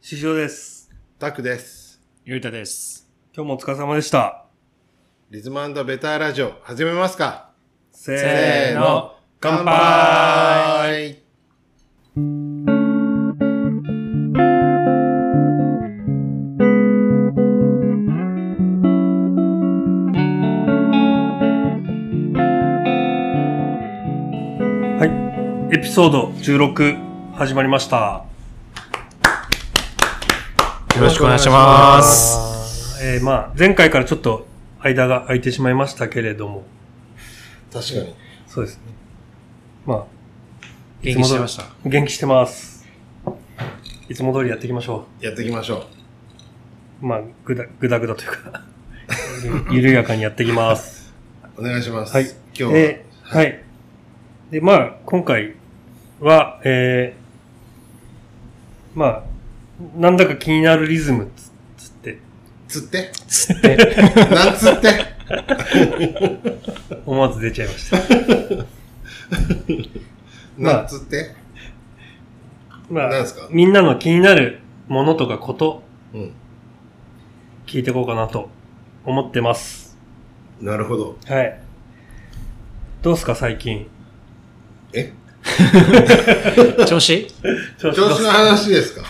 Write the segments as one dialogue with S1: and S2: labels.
S1: 師匠です。
S2: タクです。
S3: ゆうたです。
S1: 今日もお疲れ様でした。
S2: リズムベターラジオ、始めますか
S1: せーの。乾杯
S2: 杯
S1: はい。エピソード16始まりました。
S3: よろしくお願いします。
S1: えー、まあ、前回からちょっと間が空いてしまいましたけれども、
S2: 確かに。
S1: そうですね。ま
S3: 元気してました。
S1: あ、元気してます。いつも通りやっていきましょ
S2: やっていきましょ
S1: う。まあ、ぐだ、ぐだぐだという かゆる、緩やかにやっていきます。
S2: う。お願いします。
S1: はい
S2: 今日は、
S1: えーはい。で、まあ、今回は、えー、まあ、なんだか気になるリズムつつって、
S2: つって なんつって
S1: 思わず出ちゃいま した。 まあ
S2: なんつって
S1: ま
S2: なん
S1: あ
S2: すか、
S1: みんなの気になるものとかこと、
S2: うん。
S1: 聞いていこうかなと思ってます。
S2: なるほど。
S1: はい。どうすか、最近。
S2: え
S3: 調子
S1: 調
S2: 調子の話ですか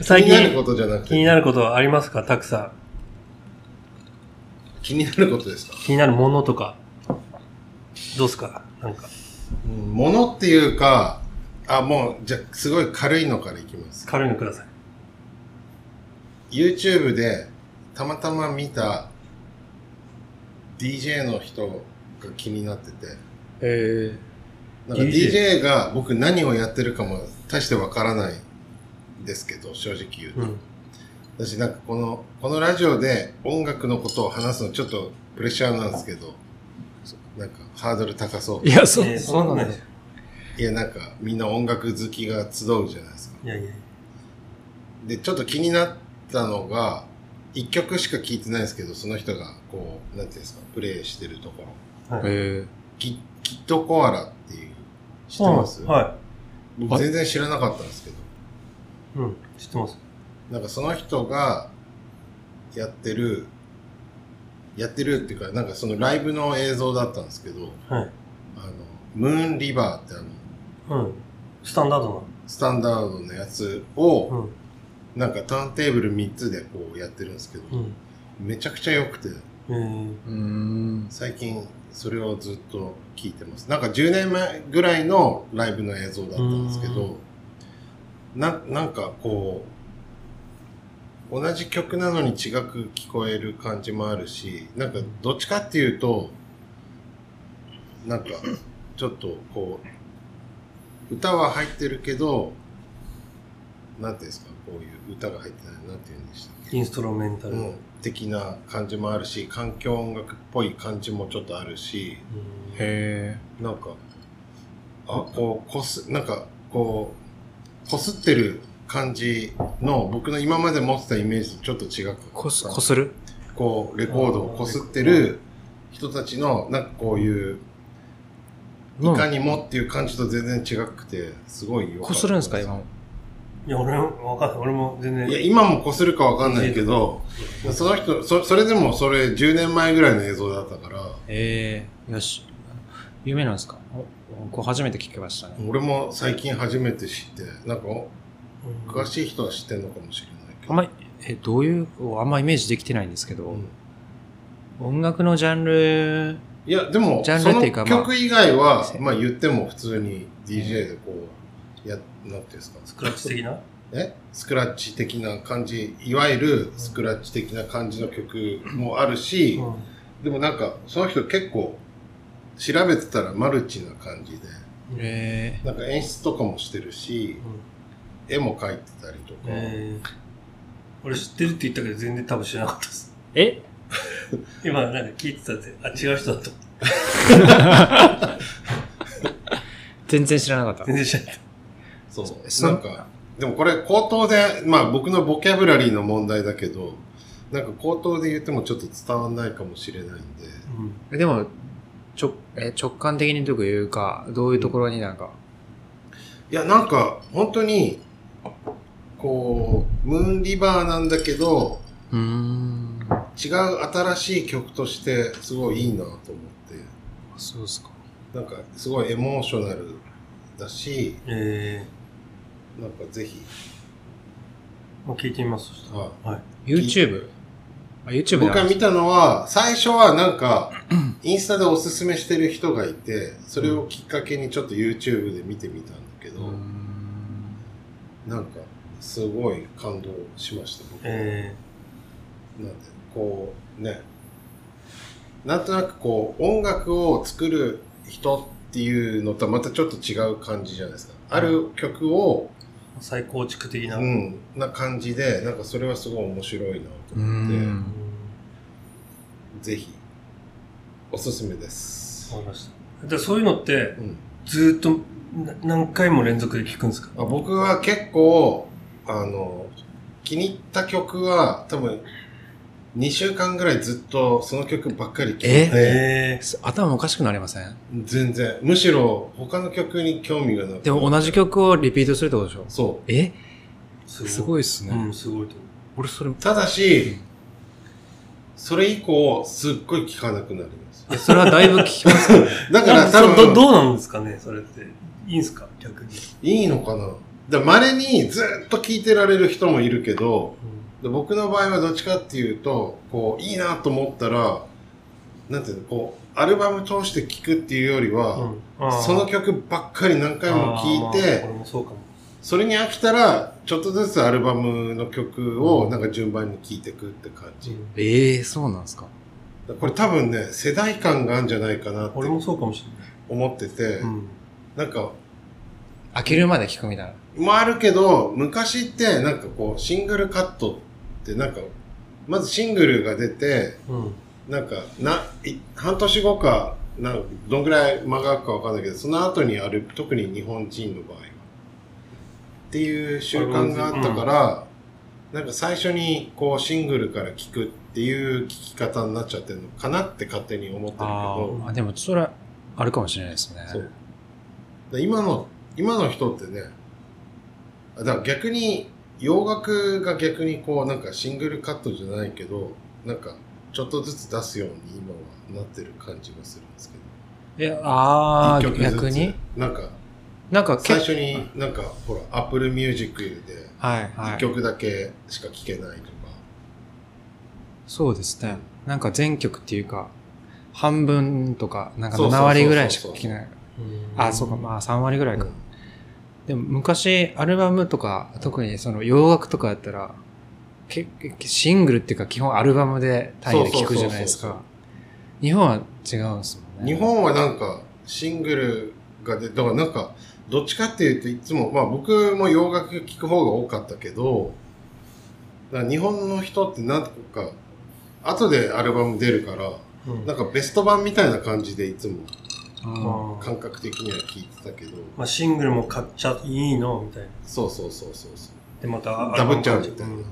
S1: 最
S2: 気になる
S1: 近
S2: ことじゃなく
S1: 気に
S2: て、
S1: なることはありますか、たくさん。
S2: 気になることですか
S1: 気になるものとか。どうすかなんか、
S2: うんものっていうか、あ、もう、じゃあすごい軽いのからいきます。
S1: 軽いのください。
S2: YouTube でたまたま見た DJ の人が気になってて、
S3: え
S2: なんか
S1: DJ
S2: DJ が僕何をやってるかも大してわからないんですけど、正直言うと。
S1: うん。
S2: 私なんかこの、このラジオで音楽のことを話すのちょっとプレッシャーなんですけど、なんかハードル高そう
S3: ー、い。や、そ、
S1: えー
S3: そんなのね。
S2: いやなんかみんな音楽好きが集うじゃないですか。
S1: いやいや。
S2: で、ちょっと気になったのが、一曲しか聴いてないんですけど、その人がこう、なんていうんですか、プレイしてるところ。
S3: え
S2: キキッドコアラっていう、知ってます、
S1: は
S2: 僕全然知らなかったんですけど。
S1: い。うん。知ってます。
S2: なんかその人がやってる、やってるっていうか、なんかそのライブの映像だったんですけど、
S1: はい。
S2: あの、ムーンリバーってあの、
S1: うん。スタンダード
S2: スタンダードのやつを、
S1: な。うん。
S2: なんかターンテーブル3つでこうやってるんですけど、
S1: うん。
S2: めちゃくちゃ良くて、
S1: えー、
S3: ー、うーん。
S2: 最近それをずっと聞いてます。なんか10年前ぐらいのライブの映像だったんですけど、な、なんかこう、同じ曲なのに違く聞こえる感じもあるし、なんかどっちかっていうと、なんかちょっとこう、歌は入ってるけど、なんていうんですか、こういう歌が入ってない、なんて言うんでしたっけ
S1: インストロメンタル。
S2: うん、的な感じもあるし環境音楽っぽい感じもちょっとあるし
S1: うん
S3: へ
S2: なんかあこうこすなんかこうこすってる感じの僕の今まで持ってたイメージとちょっと違く
S3: ー、こす、こする
S2: こうレコードをこすってる人たちのなんかこういうい
S3: の
S2: かにもっていう感じと全然違くてすごいよ
S3: こするんですか、今も。
S1: いや、俺も、わかんない。俺も全然。
S2: いや今もこするかわかんないけどその人そそれでもそれ10年前ぐらいの映像だったから
S3: ええー、よし。有名なんですかおこう初めて聞きましたね。
S2: 俺も最近初めて知って、なんか、
S1: うん
S2: 詳しい人は知ってんのかもしれないけ
S3: あ
S2: ど。
S3: んまり、え、どういう、あんまイメージできてないんですけど、
S2: うん
S3: 音楽のジャンル、
S2: いや、でも、
S3: ジャン
S2: そ
S3: ルっ
S2: の
S3: ていうかまあ
S2: 曲以外は
S3: せ、
S2: まあ言っても普通に DJ でこう、や、なんていうんですか、
S1: スクラッチ的な
S2: えスクラッチ的な感じ、いわゆるスクラッチ的な感じの曲もあるし、でもなんか、その人結構、調べてたらマルチな感じで、
S3: え
S2: なんか演出とかもしてるし、絵も描いてたりとか、
S1: えー俺知ってるって言ったけど全然多分知らなかったです。
S3: ー、え
S1: 今なんか聞いてたって、あ、違う人だと思って。
S3: 全然知らなかった。
S1: 全然知らない。
S2: そう。
S3: そ
S2: なんか、でもこれ口頭で、まあ僕のボキャブラリーの問題だけど、なんか口頭で言ってもちょっと伝わんないかもしれないんで、
S1: うん。
S3: でも、ちょ、え、直感的にというか、どういうところになんか、
S2: いや、なんか本当に、こう、ムーンリバーなんだけど、
S3: うーん。
S2: 違う新しい曲としてすごいいいなと思って、
S3: そうですか。
S2: なんかすごいエモーショナルだし、
S1: え
S2: なんかぜひ、
S1: ー、もう聞いてみます、そしたら。
S2: は
S1: はい。
S3: YouTube? あ、
S2: い
S3: YouTube で
S2: 僕が
S3: ある
S2: 見たのは、最初はなんか、インスタでおすすめしてる人がいて、それをきっかけにちょっと YouTube で見てみたんだけ
S3: うー
S2: ど、
S3: ん
S2: なんかすごい感動しました、僕は
S1: え
S2: なんで、こうね、なんとなくこう、音楽を作る人っていうのとはまたちょっと違う感じじゃないですか。ある曲を、
S1: ー、再構築的な。
S2: う
S1: うん
S2: ん、な感じで、なんかそれはすごい面白いなと
S3: うー
S2: 思って、
S3: ん。
S2: ぜひ、おすすめです
S1: わ。かりました。でそういうのって、
S2: うん。
S1: ずーっとな何回も連続で聞くんですか
S2: あ僕は結構、あの、気に入った曲は、多分、2週間ぐらいずっとその曲ばっかり聴いて
S3: え
S2: て、
S1: えー、
S3: す頭おかしくなりません
S2: 全然。むしろ他の曲に興味がなくて
S3: でも同じ曲をリピートするってことでしょ
S2: そ
S3: え
S1: す
S3: すごいっす
S1: い
S3: ね。
S1: うん、すごいと思う。
S3: 俺それ、
S2: う。ただし、それ以降、すっごい聞かなくなります。
S3: えそれはだいぶ聞きますけど
S2: だから
S1: なんそ
S2: 多
S1: れ ど
S2: 分、
S1: どうなんですかね、それって。いいんすか逆に。
S2: いいのかなだから稀にずっと聞いてられる人もいるけど、で僕の場合はどっちかっていうと、こう、いいなと思ったら、なんていうの、こう、アルバム通して聞くっていうよりは、その曲ばっかり何回も聞い
S1: こ
S2: て
S1: れ、もそうかも。
S2: それに飽きたら、ちょっとずつアルバムの曲をなんか順番に聴いていくって感じ。
S3: ええそうなんですか
S2: これ多分ね、世代感があるんじゃないかなって
S1: 俺もそうかもしれ
S2: 思ってて、
S1: ない。うん。
S2: なんか、
S3: 飽きるまで聞くみたいな。
S2: もあるけど、昔ってなんかこう、シングルカットってなんか、まずシングルが出て、
S1: うん。
S2: なんか、な、い半年後か、なんどんぐらい間が空くかわかんないけど、その後にある、特に日本人の場合は。っていう習慣があったから、なんか最初にこうシングルから聞くっていう聞き方になっちゃってるのかなって勝手に思ってるけど、
S3: あ、でもそれはあるかもしれないですね。
S2: そう。で今の、今の人ってね、あだから逆に、洋楽が逆にこう、なんかシングルカットじゃないけど、なんか、ちょっとずつ出すように今はなってる感じがするんですけど。
S3: え、あ
S2: 一
S3: あ、
S2: 曲ずつ
S3: 逆に
S2: なんか、
S3: なんか
S2: 最
S3: 結
S2: 初になんか、ほら、Apple Music で
S3: はいは
S2: 1
S3: い。
S2: 曲だけしか聴けないとか、
S3: そうですね。なんか全曲っていうか、半分とか、なんか
S2: そうそうそうそ
S3: 7
S2: う
S3: 割ぐらいしか聞けない。あ、そうか、
S1: あ。
S3: まあ3割ぐらいか。
S2: うん
S3: でも昔、アルバムとか、特にその洋楽とかやったら、けけシングルっていうか基本アルバムで単位で聞くじゃないです
S2: そうそう
S3: か。日本は違うんですもんね。
S2: 日本はなんか、シングルが出だからなんか、どっちかっていうといつも、まあ僕も洋楽聴く方が多かったけど、だから日本の人ってなんか、後でアルバム出るから、
S1: うん
S2: なんかベスト版みたいな感じでいつも
S3: うん。
S1: まあ
S2: 感覚的には聴いてたけど、
S1: まあ、シングルも買っちゃいいのみたいな。
S2: そうそうそうそうそう。
S1: で、また、
S2: ダブっちゃうみ
S1: み
S2: た
S1: た
S2: い
S1: い
S2: な
S1: な。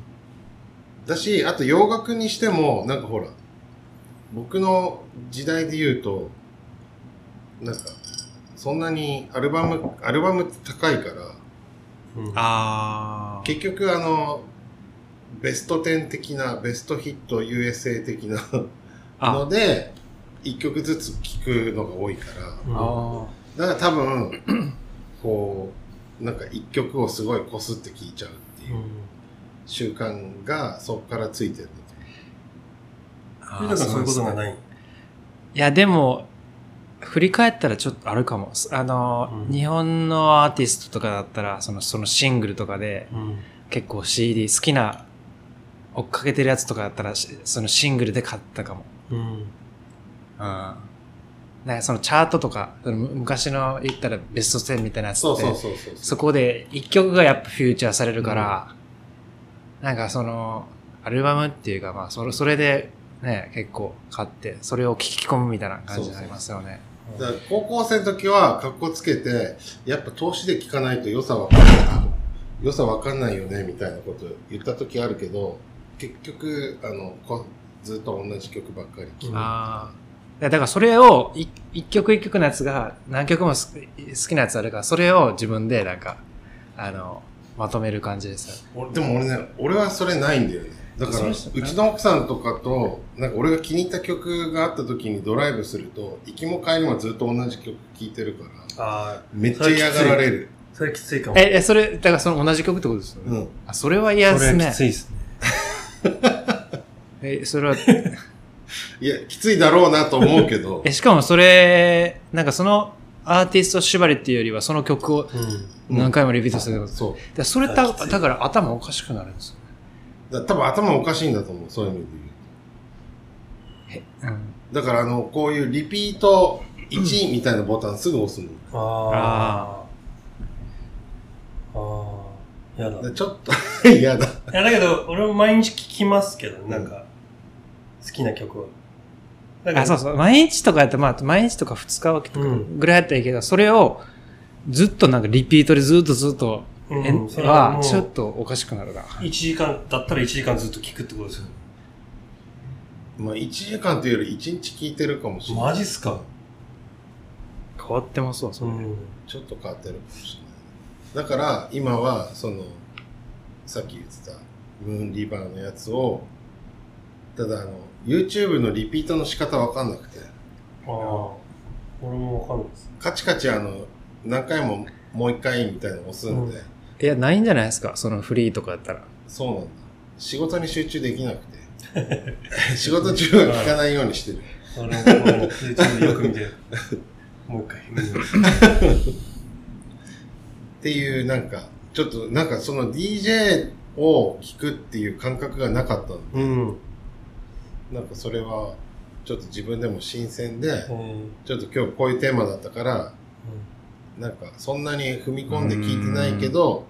S2: だし、あと洋楽にしても、なんかほら、僕の時代で言うと、なんか、そんなにアルバム、アルバムって高いから、
S1: うん
S3: あー
S2: 結局あの、ベスト10的な、ベストヒット USA 的な
S3: あ
S2: ので、一曲ずつ聴くのが多いか
S1: う
S2: ら、
S1: ん
S3: あ
S2: だから多分、 こう、なんか一曲をすごいこすって聴いちゃうっていう習慣がそこからついてるんだと思う
S3: ー。
S1: うん。だからそういうことが
S3: い。
S1: ない。
S3: いや、でも、振り返ったらちょっとあるかも。すあの、
S1: うん
S3: 日本のアーティストとかだったら、その、そのシングルとかで、
S1: うん。
S3: 結構 CD、好きな、追っかけてるやつとかだったら、しそのシングルで買ったかも。
S1: うん。
S3: うん。なんかそのチャートとか、そのむ昔の言ったらベスト10みたいなやつって、
S2: そうそうそうそう。
S3: そこで一曲がやっぱフューチャーされるから、なんかその、アルバムっていうか、まあ、それ、それで、ね、結構買って、それを聞き込むみたいな感じになりますよね。
S2: だから高校生の時は格好つけて、やっぱ投資で聞かないと良さわかんない。良さわかんないよね、みたいなこと言った時あるけど、結局、あの、こずっと同じ曲ばっかり聴く。
S3: ああ。だからそれを、い一曲一曲のやつが、何曲もす好きなやつあるから、それを自分でなんか、あの、まとめる感じです
S2: 俺でも俺ね、俺はそれないんだよね。だから、
S3: そう
S2: う
S3: でしたね
S2: ちの奥さんとかと、なんか俺が気に入った曲があった時にドライブすると、行きも帰りもずっと同じ曲聴いてるから、
S1: ああ、
S2: めっちゃ嫌がられる。
S1: それきついかも。
S3: え、え、それ、だからその同じ曲ってことですよね。
S2: うん。
S3: あ、それは嫌で
S1: それ
S3: す
S1: は
S3: ね
S1: き。ついですね。
S3: え、それは、
S2: いや、きついだろうなと思うけど
S3: え、、しかもそれ、なんかそのアーティスト縛りっていうよりは、その曲を
S1: うん。
S2: うん
S3: 何回もリピートするってことです。
S2: そう。
S3: だからそれだ、
S1: きつい
S3: だから頭おかしくなるんですよ。
S2: だ多分頭おかしいんだと思う、そういう意味で
S3: うん。
S2: 言う。だからあの、こういうリピート1みたいなボタンすぐ押すの。
S1: ああ。ああ。やだ。
S2: でちょっと 嫌だ。
S1: いや、だけど、俺も毎日聴きますけど、なんか、好きな曲は。だ
S3: あ、そう
S1: そ
S3: そう。毎日とかやったら、まあ、毎日とか2日分けとかぐらいやったらいいけど、それをずっとなんかリピートでずっとずっと、
S1: う
S3: え
S1: ん、それは
S3: は
S1: もう、
S3: ちょ
S1: 1
S3: っとおかしくなるな。
S1: 時間、だったら1時間ずっと聴くってことですよ。
S2: まあ、1時間というより1日聞いてるかもしれない。
S1: マジっすか
S3: 変わってますわ、それ。
S1: ん。
S2: ちょっと変わってるかもしれない。だから、今は、その、さっき言ってた、ムーンリバーのやつを、ただ、あの、YouTube のリピートの仕方わかんなくて、
S1: ああ。俺もわかんないです。
S2: カチカチ、あの、何回ももう一回みたいなの押すんで、
S1: う
S3: いや、ないんじゃないですか、そのフリーとかやったら。
S2: そうなんだ。仕事に集中できなくて。 仕事中は聞かないようにしてる。
S1: 俺も、俺も YouTube よく 見てる。もう一回見る。
S2: っていう、なんか、ちょっと、なんかその DJ を聞くっていう感覚がなかったの。
S1: うん。
S2: なんかそれは、ちょっと自分でも新鮮で、
S1: えー
S2: ちょっと今日こういうテーマだったから、なんかそんなに踏み込んで聞いてないけど、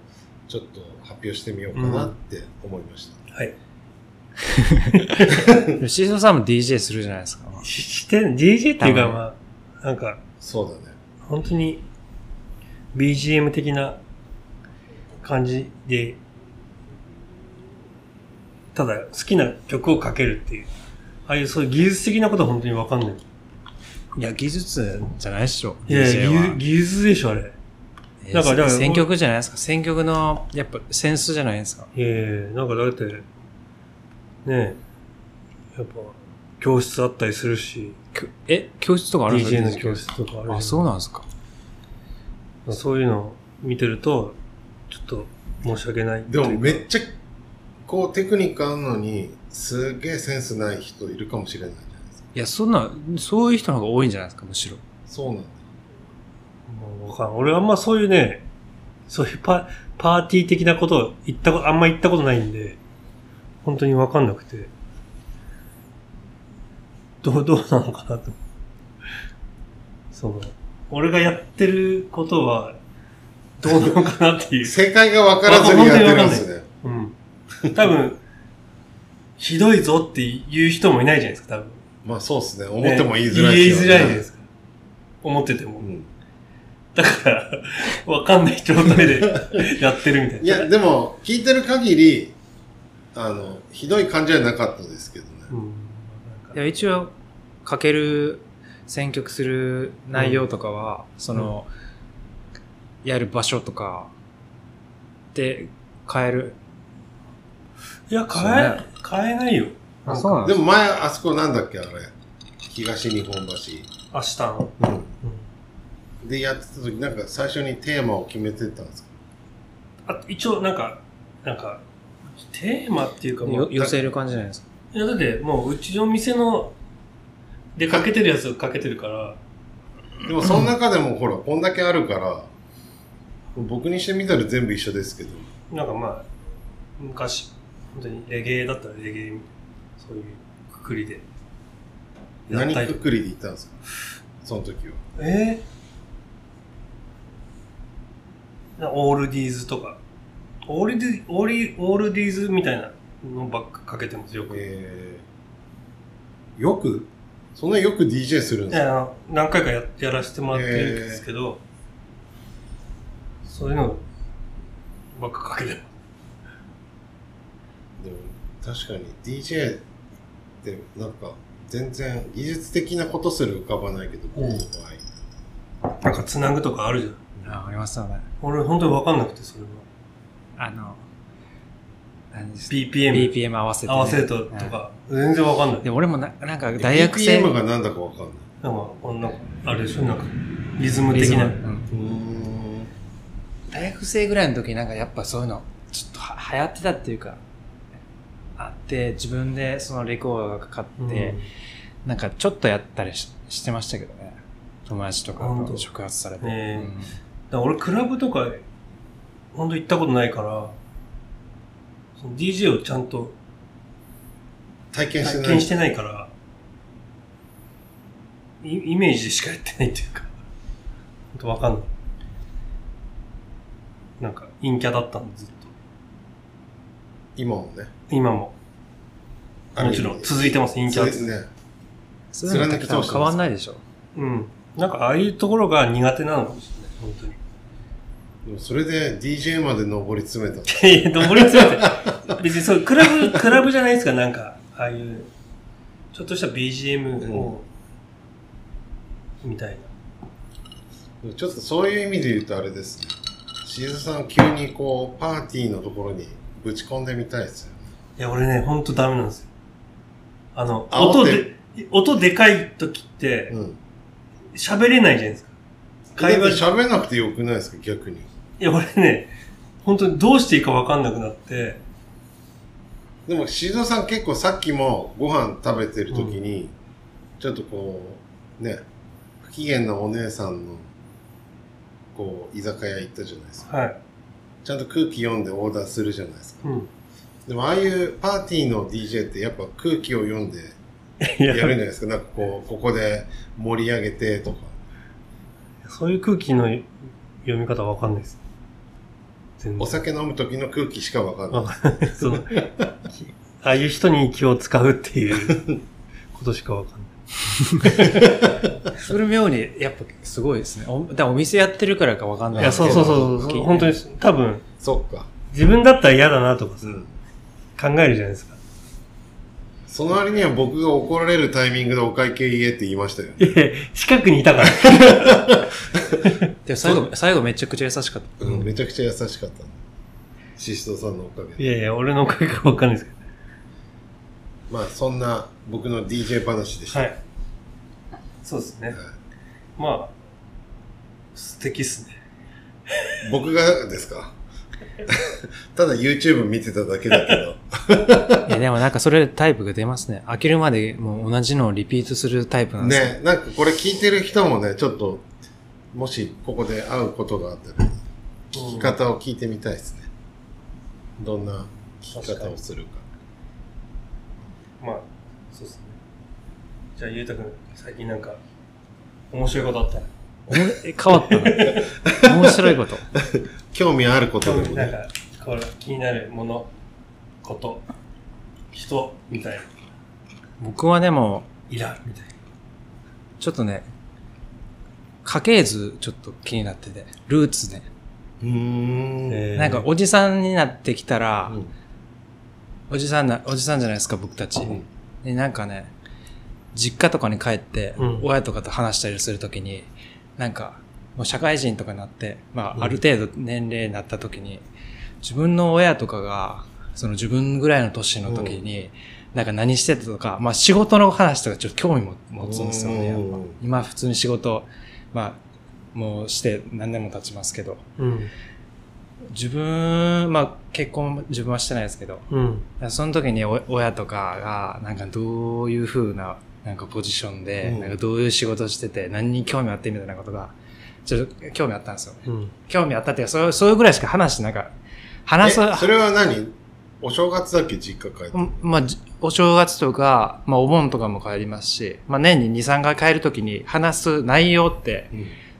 S2: ちょっと発表してみようかなって思いました。
S1: うんはい。
S3: シーソーさんも DJ するじゃないですか。
S1: しして、DJ っていうか、
S3: 多分
S1: まあ、なんか、
S2: そうだね。
S1: 本当に BGM 的な感じで、ただ好きな曲をかけるっていう。ああいうそういう技術的なことは本当にわかんない。
S3: いや、技術じゃないっしょ。
S1: いやい
S3: DJ
S1: や、
S3: は
S1: 技技術でしょ、あれ。
S3: えー
S1: なんかだから
S3: 選曲じゃないですか。選曲の、やっぱ、センスじゃないですか。
S1: ええなんかだって、ねえ、やっぱ、教室あったりするし、
S3: きょえ、教室とかあるんです
S1: DJ
S3: か
S1: の教室とかある
S3: あ、そうなんですか。
S1: のそういうのを見てると、ちょっと申し訳ない
S2: でもめ
S1: ち
S2: っちゃ、こうテクニックあるのに、すげえセンスない人いるかもしれないじゃないですか。
S3: いや、そんな、そういう人の方が多いんじゃないですか、むしろ。
S2: そうなんだ。
S1: ゃ。わかんない俺あんまそういうね、そういうパパーティー的なことを言ったこと、あんま行ったことないんで、本当にわかんなくて。どう、どうなのかなと。その、俺がやってることは、どうなのかなっていう。
S2: 正解が分からずにやってるん ですね。
S1: うん。多分、ひどいぞって言う人もいないじゃないですか、多分。
S2: まあそうですね。思っても言いづらい
S1: ね
S2: で
S1: 言い
S2: す
S1: づ
S2: よね。
S1: らいじゃないですか。思ってても
S2: う。ん
S1: だから、わかんない状態でやってるみたい
S2: い
S1: な。
S2: や、でも、聞いてる限り、あの、ひどい感じはなかったですけどね。
S1: うん。
S3: いや、一応、かける、選曲する内容とかは、その、やる場所とか、で、変える。
S1: いや、変
S3: そう
S1: え
S3: ね、
S1: 変えないよ。なんか
S3: うな
S2: でも前、あそこなんだっけ、あれ。東日本橋。
S1: 明日の。
S2: うんで、やってた時、なんか最初にテーマを決めてたんですか
S1: あ一応、なんか、なんか、テーマっていうかも
S3: よ
S1: う、
S3: 寄せる感じじゃないですか。
S1: いや、だってもう、うちの店の、でかけてるやつをかけてるから、
S2: でも、その中でもほら、こんだけあるから、僕にしてみたら全部一緒ですけど。
S1: なんかまあ、昔、本当にレゲエだったらレゲエみたいな、そういうくくりで。やっ
S2: 何
S1: たり
S2: く
S1: とか
S2: くりで行ったんですかその時は。
S1: えー、なオールディーズとか。オールディオーリオールディーズみたいなのばっかかけてますよく。
S2: えー、よくそんなよく DJ するん
S1: い
S2: ですか
S1: や何回かややらせてもらってるんですけど、そういうのばっかかけてます。
S2: でも確かに DJ ってなんか全然技術的なことすら浮かばないけど、
S1: うん
S2: 僕の場
S1: なんか繋ぐとかあるじゃん。
S3: あ、ありますよね。
S1: 俺本当にわかんなくて、それは。
S3: あの、何ですか
S1: BPM
S3: BPM 合わせてね、
S1: 合わせるとと
S3: うん
S1: か、全然わかんない。
S3: で、俺もななんか大学生
S2: BPM がなんだかわかんない。
S1: なんか、こんな、あれでしょ、なんか、リズム
S3: リ
S1: 的
S3: ズム
S1: な。
S3: うん
S2: うーん。
S3: 大学生ぐらいの時なんかやっぱそういうのちょっとは流行ってたっていうかあって自分でそのレコードが買
S1: うん
S3: って、なんかちょっとやったりししてましたけどね友達とか
S1: 本当
S3: と触発されて、
S1: ねえだから俺クラブとか、ほんと行ったことないから、その DJ をちゃんと
S2: 体験して
S1: 体
S2: ない。
S1: 験してないから、イイメージでしかやってないっていうか、ほんとわかんない。なんか、陰キャだったんで、ずっと。
S2: 今もね。
S1: 今も。もちろん、続いてます、陰キ
S2: そ
S1: ャ
S2: うで
S1: は
S2: すね。
S3: そういうのって多分変わんないでしょ
S1: うん。なんか、ああいうところが苦手なのかもしれない、本当に。
S2: でもそれで DJ まで上り詰めた。
S1: いや、登り詰めて。別にそう、クラブ、クラブじゃないですか、なんか、ああいう、ちょっとした BGM を、みたい
S2: ちょっとそういう意味で言うとあれですね。シーズさん急にこう、パーティーのところにぶち込んでみたいですよね。
S1: な。いや、俺ね、ほんとダメなんですよ。あの、
S2: 煽
S1: 音
S2: って
S1: で、音でかい時って、
S2: うん。
S1: 喋れないじゃないですか。会
S2: 会
S1: 話
S2: 話
S1: し、い
S2: 喋んなくてよくないですか、逆に。
S1: や、俺ね、本当にどうしていいかわかんなくなって、
S2: でも、シーズさん結構さっきもご飯食べてる時に、ちょっとこう、ね、不機嫌なお姉さんの、こう、居酒屋行ったじゃないですか。
S1: はい。
S2: ちゃんと空気読んでオーダーするじゃないですか。
S1: うん。
S2: でも、ああいうパーティーの DJ ってやっぱ空気を読んで
S1: い
S2: やるんじ
S1: や、
S2: ゃないですか。なんかこう、ここで盛り上げてとか。
S1: そういう空気の読み方わかんないです。全
S2: お酒飲む時の空気しかわかんない。
S1: わかんない。その、きああいう人に気を使うっていう ことしかわかんない。
S3: それ妙にやっぱすごいですねおだからお店やってるからかわかんない
S1: いや、そうそうそうそう、本当
S3: に
S1: に、多分、
S2: そっか。
S1: 自分だったら嫌だなとか
S2: う
S1: さ、
S2: ん。
S1: 考えるじゃないですか。
S2: その割には僕が怒られるタイミングでお会計言えって言いましたよ
S1: い
S2: ね。
S1: やいや近くにいた から。
S3: で最後最後めちゃくちゃ優しかっ
S2: うん、めちゃくちゃ優しかった。シシトさんのおかげ
S1: い
S2: で。
S1: やいや、俺のおかげかわかんないですけ
S2: まあ、そんな僕の DJ 話でし
S1: ど。
S2: た。
S1: はい。そうですね。まあ、素敵っすね。
S2: 僕がですか ただ YouTube 見てただけだけ ど。
S3: たいやでもなんかそれタイプが出ますね飽きるまでもう同じのをリピートするタイプなんですね
S2: ね、なんかこれ聞いてる人もね、ちょっと、もしここで会うことがあったら、聞き方を聞いてみたいですね。どんな聞き方をするか。
S1: まあ、そうですね。じゃあ、ゆうたくん、最近なんか、面白いことあったら、
S3: おもえ変わった な面白いこと
S2: 興味あること
S1: 興
S2: で
S1: 味
S2: も
S1: なん
S2: ね。
S1: か、これ気になるもの、こと、人、みたいな。
S3: 僕はでも
S1: いらん、みたいな。
S3: ちょっとね家系図ちょっと気になっててルーツね、
S2: うーん。
S1: えー
S3: なんかおじさんになってきたら、
S2: うん
S3: おじさんなおじさんじゃないですか僕たち、
S2: うん
S3: でなんかね実家とかに帰って、
S1: うん
S3: 親とかと話したりするときになんかもう社会人とかになって、ま
S1: うん
S3: あ、ある程度年齢になったときに、自分の親とかがその自分ぐらいの年の時に、なんか何してたとか、まあ仕事の話とかちょっと興味も持つんですよねやっぱ
S2: うん
S3: 今普通に仕事、まあ、もうして何年も経ちますけど、
S1: うん。
S3: 自分、まあ結婚も自分はしてないですけど、
S1: うん。
S3: その時にお親とかが、なんかどういう風な、なんかポジションで、
S2: うん
S3: なんかどういう仕事してて、何に興味あってみたいなことが、ちょっと興味あったんですよ。
S1: うん。
S3: 興味あったっていうか、そうそういうぐらいしか話してなんか、話す、
S2: えそれは何お正月だっけ実家帰って。
S3: うんまあ、じお正月とか、まあお盆とかも帰りますし、まあ年に2、3回帰る時に話す内容って、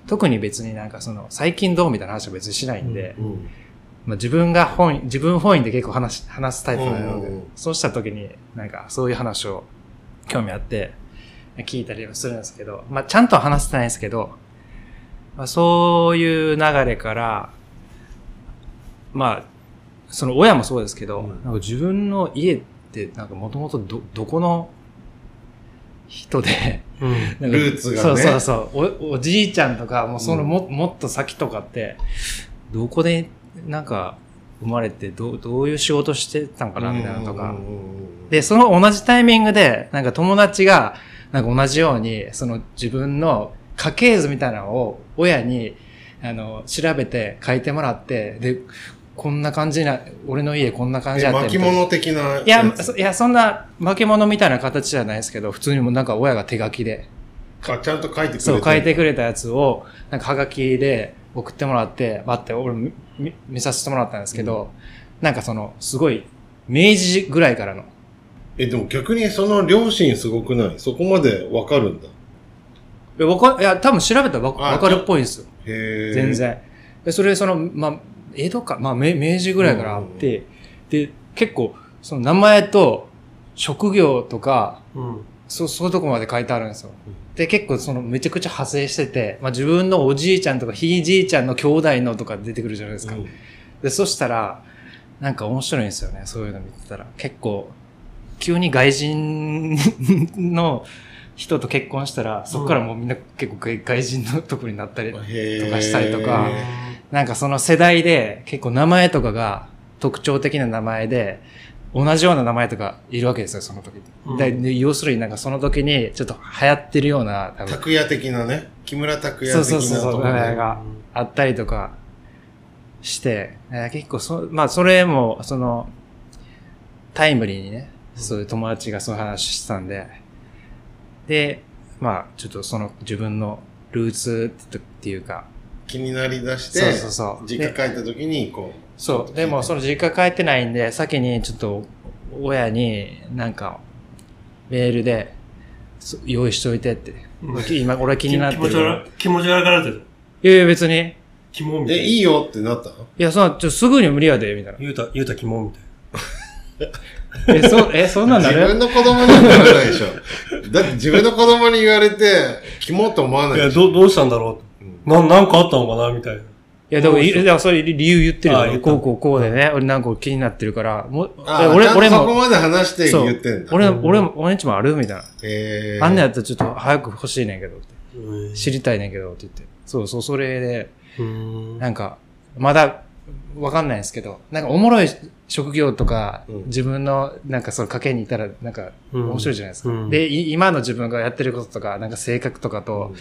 S3: 特に別になんかその、最近どうみたいな話は別にしないんで、
S2: うん
S3: まあ、自分が本位、自分本位で結構話し、話すタイプなので、
S2: うんうんうん
S3: そうした時に、なんかそういう話を興味あって、聞いたりもするんですけど、まあ、ちゃんとは話してないんですけど、まあ、そういう流れから、まあ、その親もそうですけど、
S2: うん
S3: なんか自分の家って、なんかもともとど、どこの人で、
S1: うん。
S3: なんか
S2: ルーツがね
S3: そうそうそう。おおじいちゃんとか、もうそのも,、もっと先とかって、どこで、なんか、生まれてどう、どういう仕事してたんかなみたいなのとか
S2: うん。うんうんうん
S3: で、その同じタイミングで、なんか友達が、なんか同じように、その自分の家系図みたいなのを親に、あの、調べて書いてもらって、で、こんな感じな、俺の家こんな感じや
S2: え
S3: っ
S2: 巻
S3: てみたいな
S2: 物的なやつ。
S3: いや、そいや、そんな、化け物みたいな形じゃないですけど、普通にもうなんか親が手書きで、
S2: あちゃんと書いてくれてる
S3: そう、書いてくれたやつを、なんかはがきで送ってもらって、待って、俺み見、見させてもらったんですけど、なんかその、すごい、明治ぐらいからの。
S2: え、でも逆にその両親すごくないそこまでわかるんだ。
S3: いや、わか、いや、多分調べたらわ
S2: あ
S3: わかるっぽいんですよ。
S2: へえ。
S3: 全。然。で、それ、その、まあ、江戸か、まあ、明明治ぐらいからあって、で、結構、その名前と、職業とか、
S1: うん。
S3: そう、そういうとこまで書いてあるんですよ
S2: うん。
S3: で、結構そのめちゃくちゃ派生してて、まあ自分のおじいちゃんとかひいじいちゃんの兄弟のとか出てくるじゃないですか。
S2: うん
S3: で、そしたら、なんか面白いんですよね。そういうの見てたら。結構、急に外人 の人と結婚したら、そこからもうみんな結構外外人のとこになったり、
S2: へー
S3: とかしたりとかなんかその世代で結構名前とかが特徴的な名前で、同じような名前とかいるわけですよ、その時
S1: うん
S3: でで要するになんかその時にちょっと流行ってるような、多分
S2: 拓也的なね。木村拓
S3: そう
S2: 也的
S3: そ
S2: な
S3: うそうそう
S2: とこね
S3: 名前があったりとかして、えー結構そ、まあそれも、その、タイムリーにね、そういう友達がそういう話してたんで、で、まあちょっとその自分のルーツっていうか、
S2: 気になりだして、
S3: そうそうそう。
S2: 実家帰った時に、こう。
S3: そう。でも、その実家帰ってないんで、先にちょっと、親に、なんか、メールで、そ用意しといてって。
S1: うん
S3: 今、俺気になって
S1: 気持ち
S3: る。
S1: 悪い気持ち悪がられてる。
S3: いやいや、別に。い
S1: キモみたい
S2: え、
S1: な。
S2: いいよってなったの
S3: や、そんな、ちょ、すぐに無理やで、みたい
S1: ゆうた、ゆうたキモみたい
S3: な。え、そ、え、そんなんな
S2: 自分
S3: る
S2: の子供にはならないでしょ。だって自分の子供に言われて、キモと思わな
S1: な。
S2: い
S1: いや、
S2: でしょ。
S1: どう、どうしたんだろ
S2: うん
S1: う。な、なんかあったのかなみたいな。
S3: いや、でも、いいや、それ理由言ってる
S1: あ
S3: よ
S1: 言った
S3: こうこうこうでね、俺なんか気になってるから、もう、
S2: あ
S3: え俺、
S2: ちゃんと
S3: 俺
S2: そこ
S3: も、
S2: まで話して
S3: そう
S2: 言ってんだ。
S3: 俺、俺も、俺んちもあるみたいな。
S2: へー
S3: あんなんやったらちょっと早く欲しいねんけど、って
S1: うん
S3: 知りたいねんけど、って言って。そうそう、それで、
S1: うん。
S3: なんか、まだ、わかんないですけど、なんかおもろい職業とか、
S2: うん
S3: 自分の、なんかその家系にいたら、なんか、
S1: うん
S3: 面白いじゃないですか。
S1: うん
S3: で、い今の自分がやってることとか、なんか性格とかと、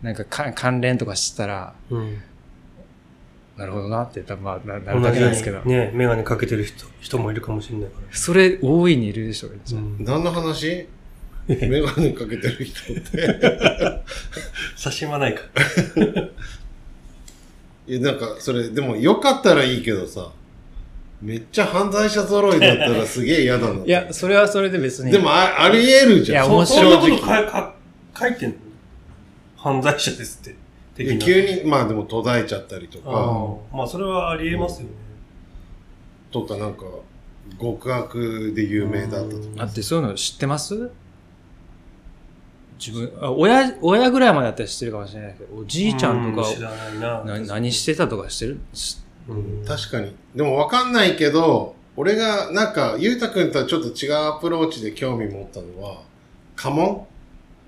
S3: なんかか関連とかしたら、
S1: うん
S3: なるほどなって、多分まあ、ななる
S1: 同
S3: だけ
S1: じ
S3: な
S1: よ
S3: ん
S1: う
S3: ですけど
S1: に。ね、メガネかけてる人、人もいるかもしれないから。
S3: それ、大いにいるでしょ、めっちゃ
S2: 何の話メガネかけてる人って。
S1: 差しまないか。
S2: いや、なんか、それ、でも、よかったらいいけどさ、めっちゃ犯罪者揃いだったらすげえ嫌だな。
S3: いや、それはそれで別に。
S2: でもあ、あり得るじゃん。
S3: いや面
S1: そ
S3: 白
S1: ん
S3: い
S1: なことかか書いてんの犯罪者ですって。
S2: い
S1: 的
S2: や
S1: な
S2: 急に、まあでも途絶えちゃったりとか、
S1: ああまあ、それはありえますよね。
S2: とかなんか、極悪で有名だったとか。
S3: だってそういうの知ってます自分、あ親、親ぐらいまでだったら知ってるかもしれないけど、おじいちゃんと
S1: う
S3: か、
S1: 知らないな。
S3: な何してたとかしてるし
S1: うん
S2: 確かに。でもわかんないけど、俺が、なんか、ゆうたくんとはちょっと違うアプローチで興味持ったのは、家紋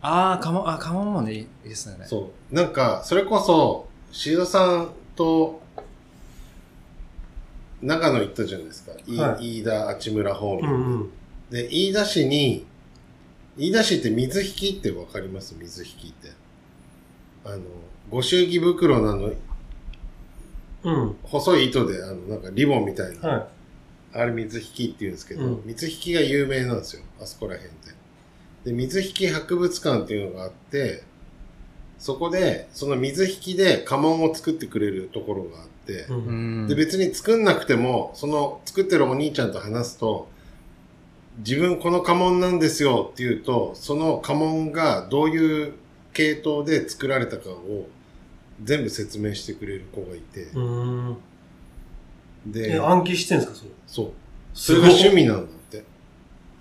S3: ああ、かも、あ、かももね、いいですよね。
S2: そう。なんか、それこそ、シードさんと、長野行ったじゃないですか。い
S1: はい
S2: 飯田、あちむら方
S1: う
S2: 面、
S1: んうん。
S2: で、飯田市に、飯田市って水引きってわかります水引きって。あの、ご祝儀袋なの、
S1: うん。
S2: 細い糸で、あの、なんかリボンみたいな、
S1: は
S2: あれ水引きって言うんですけど、
S1: うん
S2: 水引きが有名なんですよ。あそこら辺で。で、水引き博物館っていうのがあって、そこで、その水引きで家紋を作ってくれるところがあって
S1: い。、う。
S3: うんん。
S2: で、別に作んなくても、その作ってるお兄ちゃんと話すと、自分この家紋なんですよって言うと、その家紋がどういう系統で作られたかを全部説明してくれる子がいて、
S1: うん。え、
S2: で、
S1: 暗記してんすか、それ。
S2: そう。そ
S1: そ
S2: れが趣味なんだって。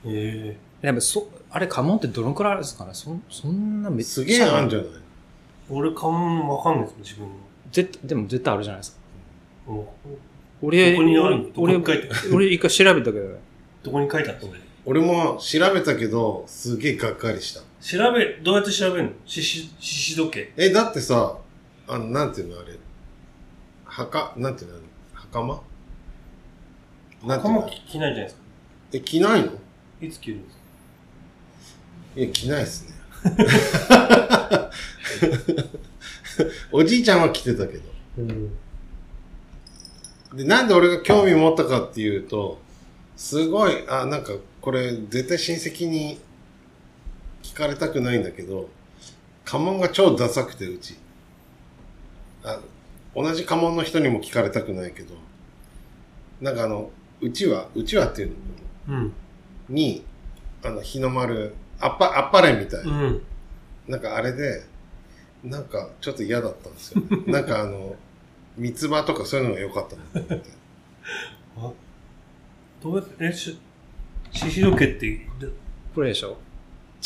S1: え
S3: でもそ、あれ、家紋ってどのくらいあるんですかねそんそんなめっちゃ。
S2: すげえあん
S3: じ
S2: じゃない
S1: え俺、かん、わかんないですもん、自分の。
S3: 絶でも絶対あるじゃないですか。
S1: もう
S3: 俺、
S1: どこにあるどこ
S3: 俺
S1: に書いてあ、
S3: 俺一回調べたけど、
S1: どこに書いてあったの
S2: 俺も調べたけど、すげえがっかりした。
S1: 調べ、どうやって調べるの獅子、獅子時計。
S2: え、だってさ、あの、なんていうのあれ。墓、なんていうのあれ袴なんて
S1: 他
S2: いう
S1: も
S2: の
S1: 着着ないじゃないですか。
S2: え、着ないの
S1: いつ着るんですか
S2: いや、着ないですね。 おじいちゃんは着てたけど。
S1: うん。
S2: で、なんで俺が興味持ったかっていうと、すごい、あ、なんか、これ、絶対親戚に聞かれたくないんだけど、家紋が超ダサくて、うち。あ同じ家紋の人にも聞かれたくないけど、なんかあの、うちは、うちはっていうの
S1: うん。
S2: に、あの、日の丸、あっぱ、あっぱれみたいな。
S1: うん。
S2: なんかあれで、なんかちょっと嫌だったんですよ、ね。なんかあの、三つ葉とかそういうのが良かったなと思って。
S1: どうやって、え、し、獅子時計って、で
S3: これでしょ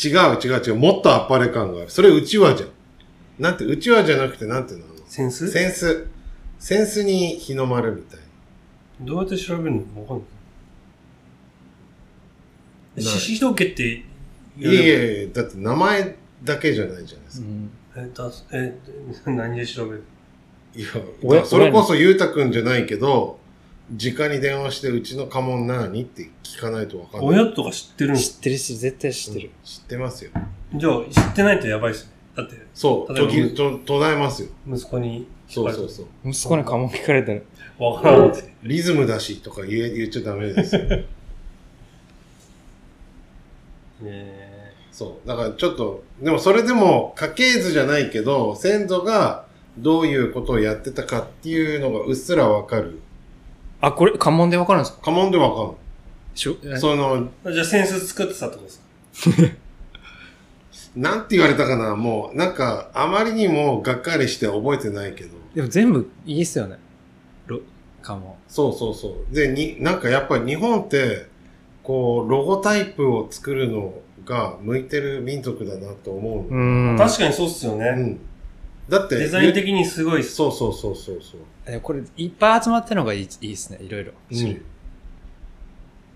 S2: 違う違う違う。もっとあっぱれ感がある。それうちわじゃん。なんて、うちわじゃなくてなんていうのあ
S1: センス
S2: のセンス。センスに日の丸みたい
S1: どうやって調べるのかわかんない。
S2: ない
S1: 獅子時計って、
S2: な。いやいやいや、だって名前だけじゃないじゃないですか。
S3: ん。
S1: え、だすえ、何で調べる
S2: いや
S3: おや
S2: それこそゆうたくんじゃないけど、直に電話してうちの家紋何って聞かないとわかんない。
S1: 親とか知ってるんです
S3: 知ってるし、絶対知ってる
S2: う。ん知ってますよ。
S1: じゃあ、知ってないとやばいっすね。だって、
S2: そう。
S1: 例え
S2: 途
S1: ば
S2: 切と途絶えますよ。
S1: 息子に聞
S2: そ
S1: か
S2: う
S1: れて
S2: そうそう。
S3: 息子にかも聞かれたら、
S1: わからんって。
S2: リズムだしとか言え言っちゃダメですよ。
S1: え
S2: そう。だからちょっと、でもそれでも家系図じゃないけど、先祖がどういうことをやってたかっていうのがうっすらわかる。
S3: あ、これ、家紋でわかるんですか
S2: 家紋でわかん
S3: しょ
S2: ない。その、
S1: ーじゃあ、センス作ってたってことですか
S2: なんて言われたかな、もう、なんか、あまりにもがっかりして覚えてないけど。
S3: でも全部いいっすよね。ろ、家紋。
S2: そうそうそう。で、に、なんかやっぱり日本って、こう、ロゴタイプを作るのが向いてる民族だなと思うの。
S3: ん
S1: 確かにそうっすよ
S2: う
S1: ね。
S2: ん。だって、
S1: デザイン的にすごいっす。
S2: そうそうそうそうそう。
S3: でもこれ、いっぱい集まってるのがいいいいっすね、いろいろ。
S2: うん。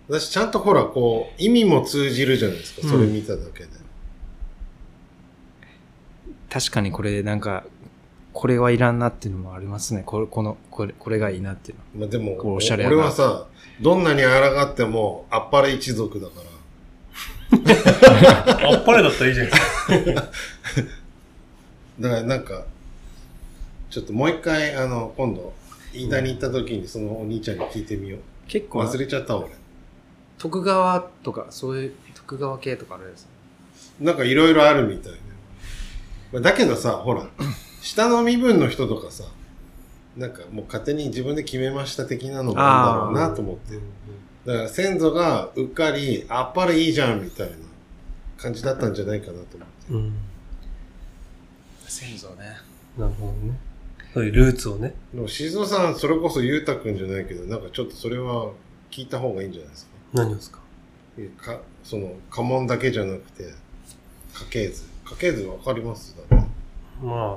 S2: 私、ちゃんとほら、こう、意味も通じるじゃないですか、それ見ただけで。
S3: 確かにこれ、なんか、これはいらんなっていうのもありますね。これ、この、これ、これがいいなっていうの。
S2: まあ、でも、
S3: こうおしゃれやな
S2: 俺はさ、どんなに抗っても、あっぱれ一族だから。
S1: あっぱれだったらいいじゃないですか。
S2: だから、なんか、ちょっともう一回、あの、今度、飯田に行った時に、そのお兄ちゃんに聞いてみよう。
S3: 結構、
S2: 忘れちゃった、俺。
S3: 徳川とか、そういう、徳川系とかあれですね。
S2: なんかいろいろあるみたいねまあだけどさ、ほ ら、下の身分の人とかさ、なんかもう勝手に自分で決めました的なのもあるんだろうなと思って。だから先祖がうっかり、あっぱれいいじゃんみたいな感じだったんじゃないかなと思って。
S1: うん。
S3: 先祖ね。
S1: なるほどね。そういうルーツをね。
S2: でも静雄さん、それこそゆうたくんじゃないけど、なんかちょっとそれは聞いた方がいいんじゃないですか。
S1: 何をですか
S2: いやかその、家紋だけじゃなくて、家系図。家系図わかりますだって
S1: まあ、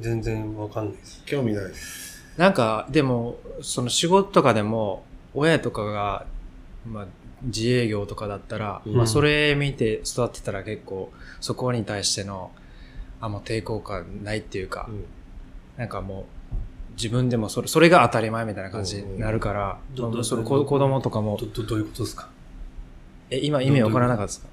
S1: 全然わかんないです。
S2: 興味ないです。
S3: なんか、でも、その仕事とかでも、親とかが、まあ、自営業とかだったら、
S2: うん
S3: まあ、それ見て育ってたら結構、そこに対しての、あ、もう抵抗感ないっていうか、
S2: うん
S3: なんかもう、自分でもそれ、それが当たり前みたいな感じになるから、
S1: うんど
S3: まあ
S1: ど
S3: その
S1: ど
S3: 子子供とかも、
S1: ど、ど、どういうことですか
S3: え、今意味わからなかったですか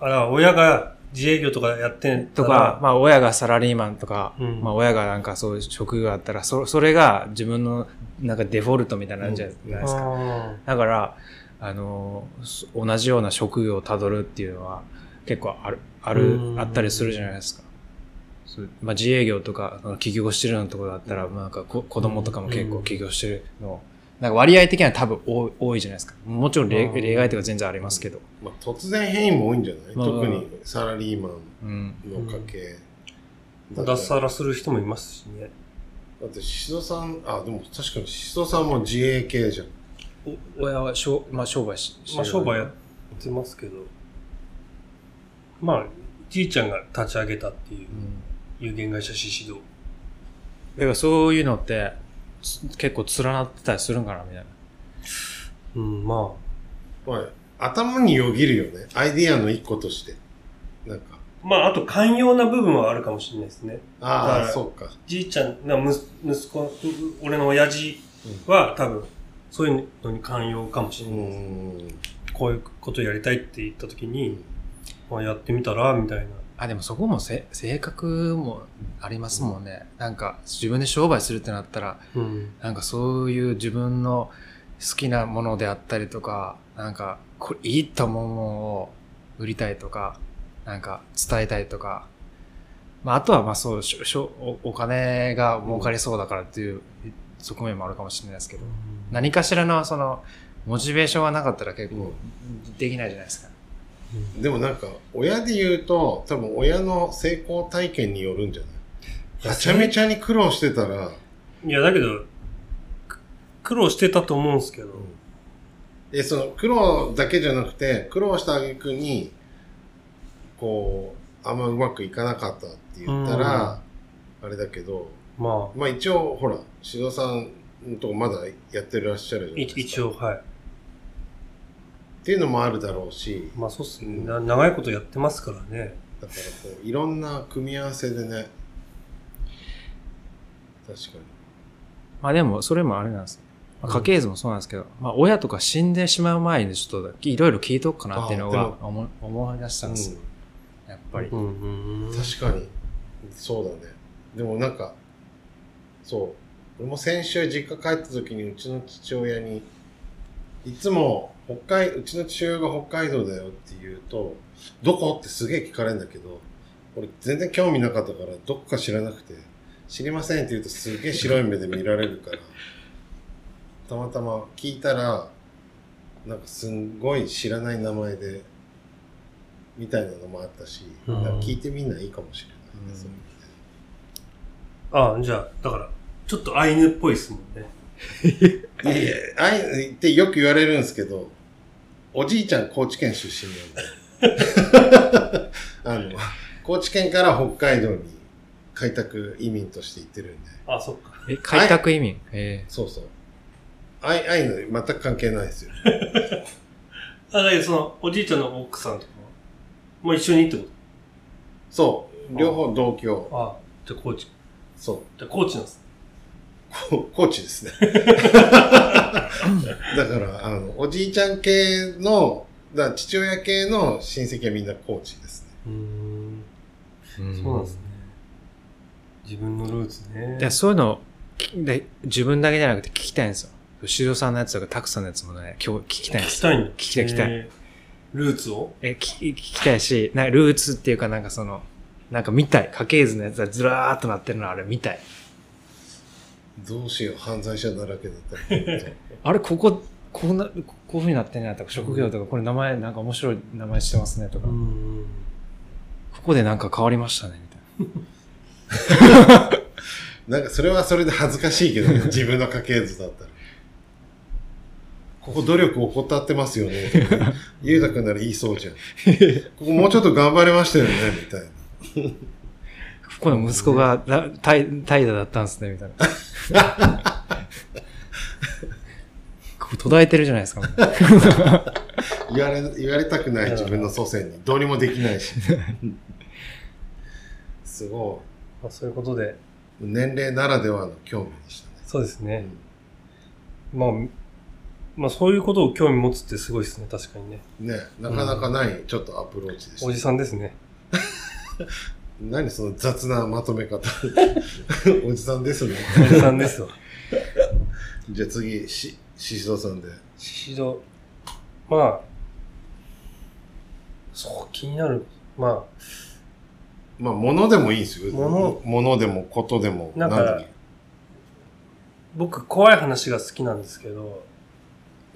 S1: あら、親が自営業とかやってん
S3: とか、、まあ親がサラリーマンとか、
S1: うん
S3: まあ親がなんかそういう職業あったら、そそれが自分のなんかデフォルトみたいなんじゃないですか。
S1: あ
S3: だから、あの、そ同じような職業をたどるっていうのは結構ある、あ
S1: うん
S3: る、あったりするじゃないですか。そうまあ自営業とか、あの起業してるようなところだったら、まあなんかこ子供とかも結
S1: う
S3: 構
S1: ん
S3: 起業してるの、なんか割合的には多分多い多いじゃないですか。もちろん例
S1: うん
S3: 例外とか全然ありますけど。
S2: まあ、突然変異も多いんじゃない、
S3: まあ
S2: 特にサラリーマン。
S3: うん。
S2: の家系、
S1: あ。
S2: だ
S1: 脱
S2: って
S1: サラする人もいますしね。
S2: だってシソさんあでも確かにシソさんも自営系じゃん
S3: お親はしょ、まあ商売し、してる
S1: まあ商売やってますけど、まあ、じいちゃんが立ち上げたっていううん有限会社獅子堂。
S3: だからそういうのって、つ結構連なってたりするんかなみたいな。
S1: うん、ま
S2: まあ頭によぎるよねアイディアの一個としてなんか
S1: あ、まあ、あと寛容な部分はあるかもしれないですね。だ
S2: あ
S1: か
S2: あ
S1: ら
S2: そうか
S1: じいちゃん、なむ息子、俺の親父は多分、そういうのに寛容かもしれ
S2: う
S1: ないです。
S2: ん。
S1: こういうことやりたいって言った時に、まあ、やってみたら、みたいな。
S3: あ、でもそこもせ性格もありますもんね。なんか自分で商売するってなったら、
S1: うん。
S3: なんかそういう自分の好きなものであったりとか、なんかこれいいと思うものを売りたいとか、なんか伝えたいとか、まああとはまあそう、しょしょおお金が儲かりそうだからっていう側面もあるかもしれないですけど、何かしらのそのモチベーションがなかったら結構できないじゃないですか。
S1: うん
S2: でもなんか、親で言うと、多分親の成功体験によるんじゃないはちゃめちゃに苦労してたら、
S1: いや、だけど、く苦労してたと思うんですけど、
S2: え、その苦労だけじゃなくて、苦労した挙句に、こう、あんまうまくいかなかったって言ったら、あれだけど、
S1: まあ、
S2: まあ一応、ほら、指導さんのとこまだやってらっしゃるじゃないいですか。
S1: 一応、。はい。
S2: っていうのもあるだろうし、
S1: まあ、そうっすね。な長いことやってますからね。
S2: だからこう、いろんな組み合わせでね、確かに。
S3: まあでも、それもあれなんですよ。まあ家系図もそうなんですけど、まあ親とか死んでしまう前にちょっといろいろ聞いとくかなっていうの
S2: あ
S3: は
S2: で
S3: 思思い出したんですよ。やっぱり。
S1: うんうんうん。
S2: 確かに。そうだね。でもなんか、そう。俺も先週実家帰った時にうちの父親に、いつも北海、うちの父親が北海道だよって言うと、どこってすげえ聞かれるんだけど、俺全然興味なかったから、どっか知らなくて、知りませんって言うとすげえ白い目で見られるから、 たまたま聞いたら、なんかすんごい知らない名前で、みたいなのもあったし、
S1: うん
S2: なんか聞いてみんないいかもしれないね、
S3: うん
S2: そういう
S1: ああ、じゃあ、だから、ちょっとアイヌっぽいっすもんね。
S2: 意味でいやいや、ああいう のってよく言われるんですけど、おじいちゃん高知県出身なんで。あの、高知県から北海道に開拓移民として行ってるんで。
S1: あ、そっか。
S3: え、開拓移民。え
S2: そうそう。あい、あいの全く関係ないですよ。
S1: あ、だけど、その、おじいちゃんの奥さんとかもう一緒にってこ
S2: そう。両方同居。
S1: とああ、じゃあ、コーチ。
S2: そう。
S1: じゃあ、コーチなんですね。
S2: こコーチですね。だから、あの、おじいちゃん系の、だから父親系の親戚はみんなコーチですね。
S1: うーん。
S3: え
S1: そうなんですね。自分のルーツね。
S3: でそういうのをきで、自分だけじゃなくて聞きたいんですよ。修造さんのやつとか、たくさんのやつもね、今日聞きたいん
S1: 聞
S3: で
S1: き
S3: す
S1: た
S3: よ。
S1: いんだ。
S3: 聞きたい聞きたい
S1: えールーツを
S3: え、聞き聞きたいし、なんかルーツっていうかなんかその、なんか見たい。家系図のやつがずらーっとなってるのあれ見たい。
S2: どうしよう、犯罪者だらけだったら。
S3: あれ、ここ、こんな、ここういうふうになってんねやとか、職業とか、これ名前、なんか面白い名前してますねとか、こ
S1: ん。
S3: こでなんか変わりましたね、みたい
S2: なんか、それはそれで恥ずかしいけどね、 自分の家系図だったら。ここ努力怠ってますよ ね。とかゆうたくんなら言いそうじゃん。ここもうちょっと頑張りましたよね、みたいな。
S3: な。ここの息子が、だ怠怠惰だったんですね、みたいな。 ここ途絶えてるじゃないですか。もう
S2: 言われ、言われたくない自分の祖先に、どうにもできない し。すごい。
S1: まあ、そういうことで、
S2: 年齢ならではの興味でし
S1: そうです
S2: た
S1: ね
S2: ね。。
S1: まあ、まあ、そういうことを興味持つってすごいですね、確かにね。
S2: ね、なかなかない、ちょっとアプローチでし
S1: お
S2: た。
S1: じさんですね。
S2: 何その雑なまとめ 方。おじさんですね。
S1: おじさんですわ。
S2: じゃあ次、し、ししどさんで。
S1: シシド、まあ、そう、気になる。ま
S2: まあ、物でもいいんですよ。
S1: 物
S2: 物でも、ことでも、
S1: なんか
S2: 何でもいい
S1: あ、僕、怖い話が好きなんですけど、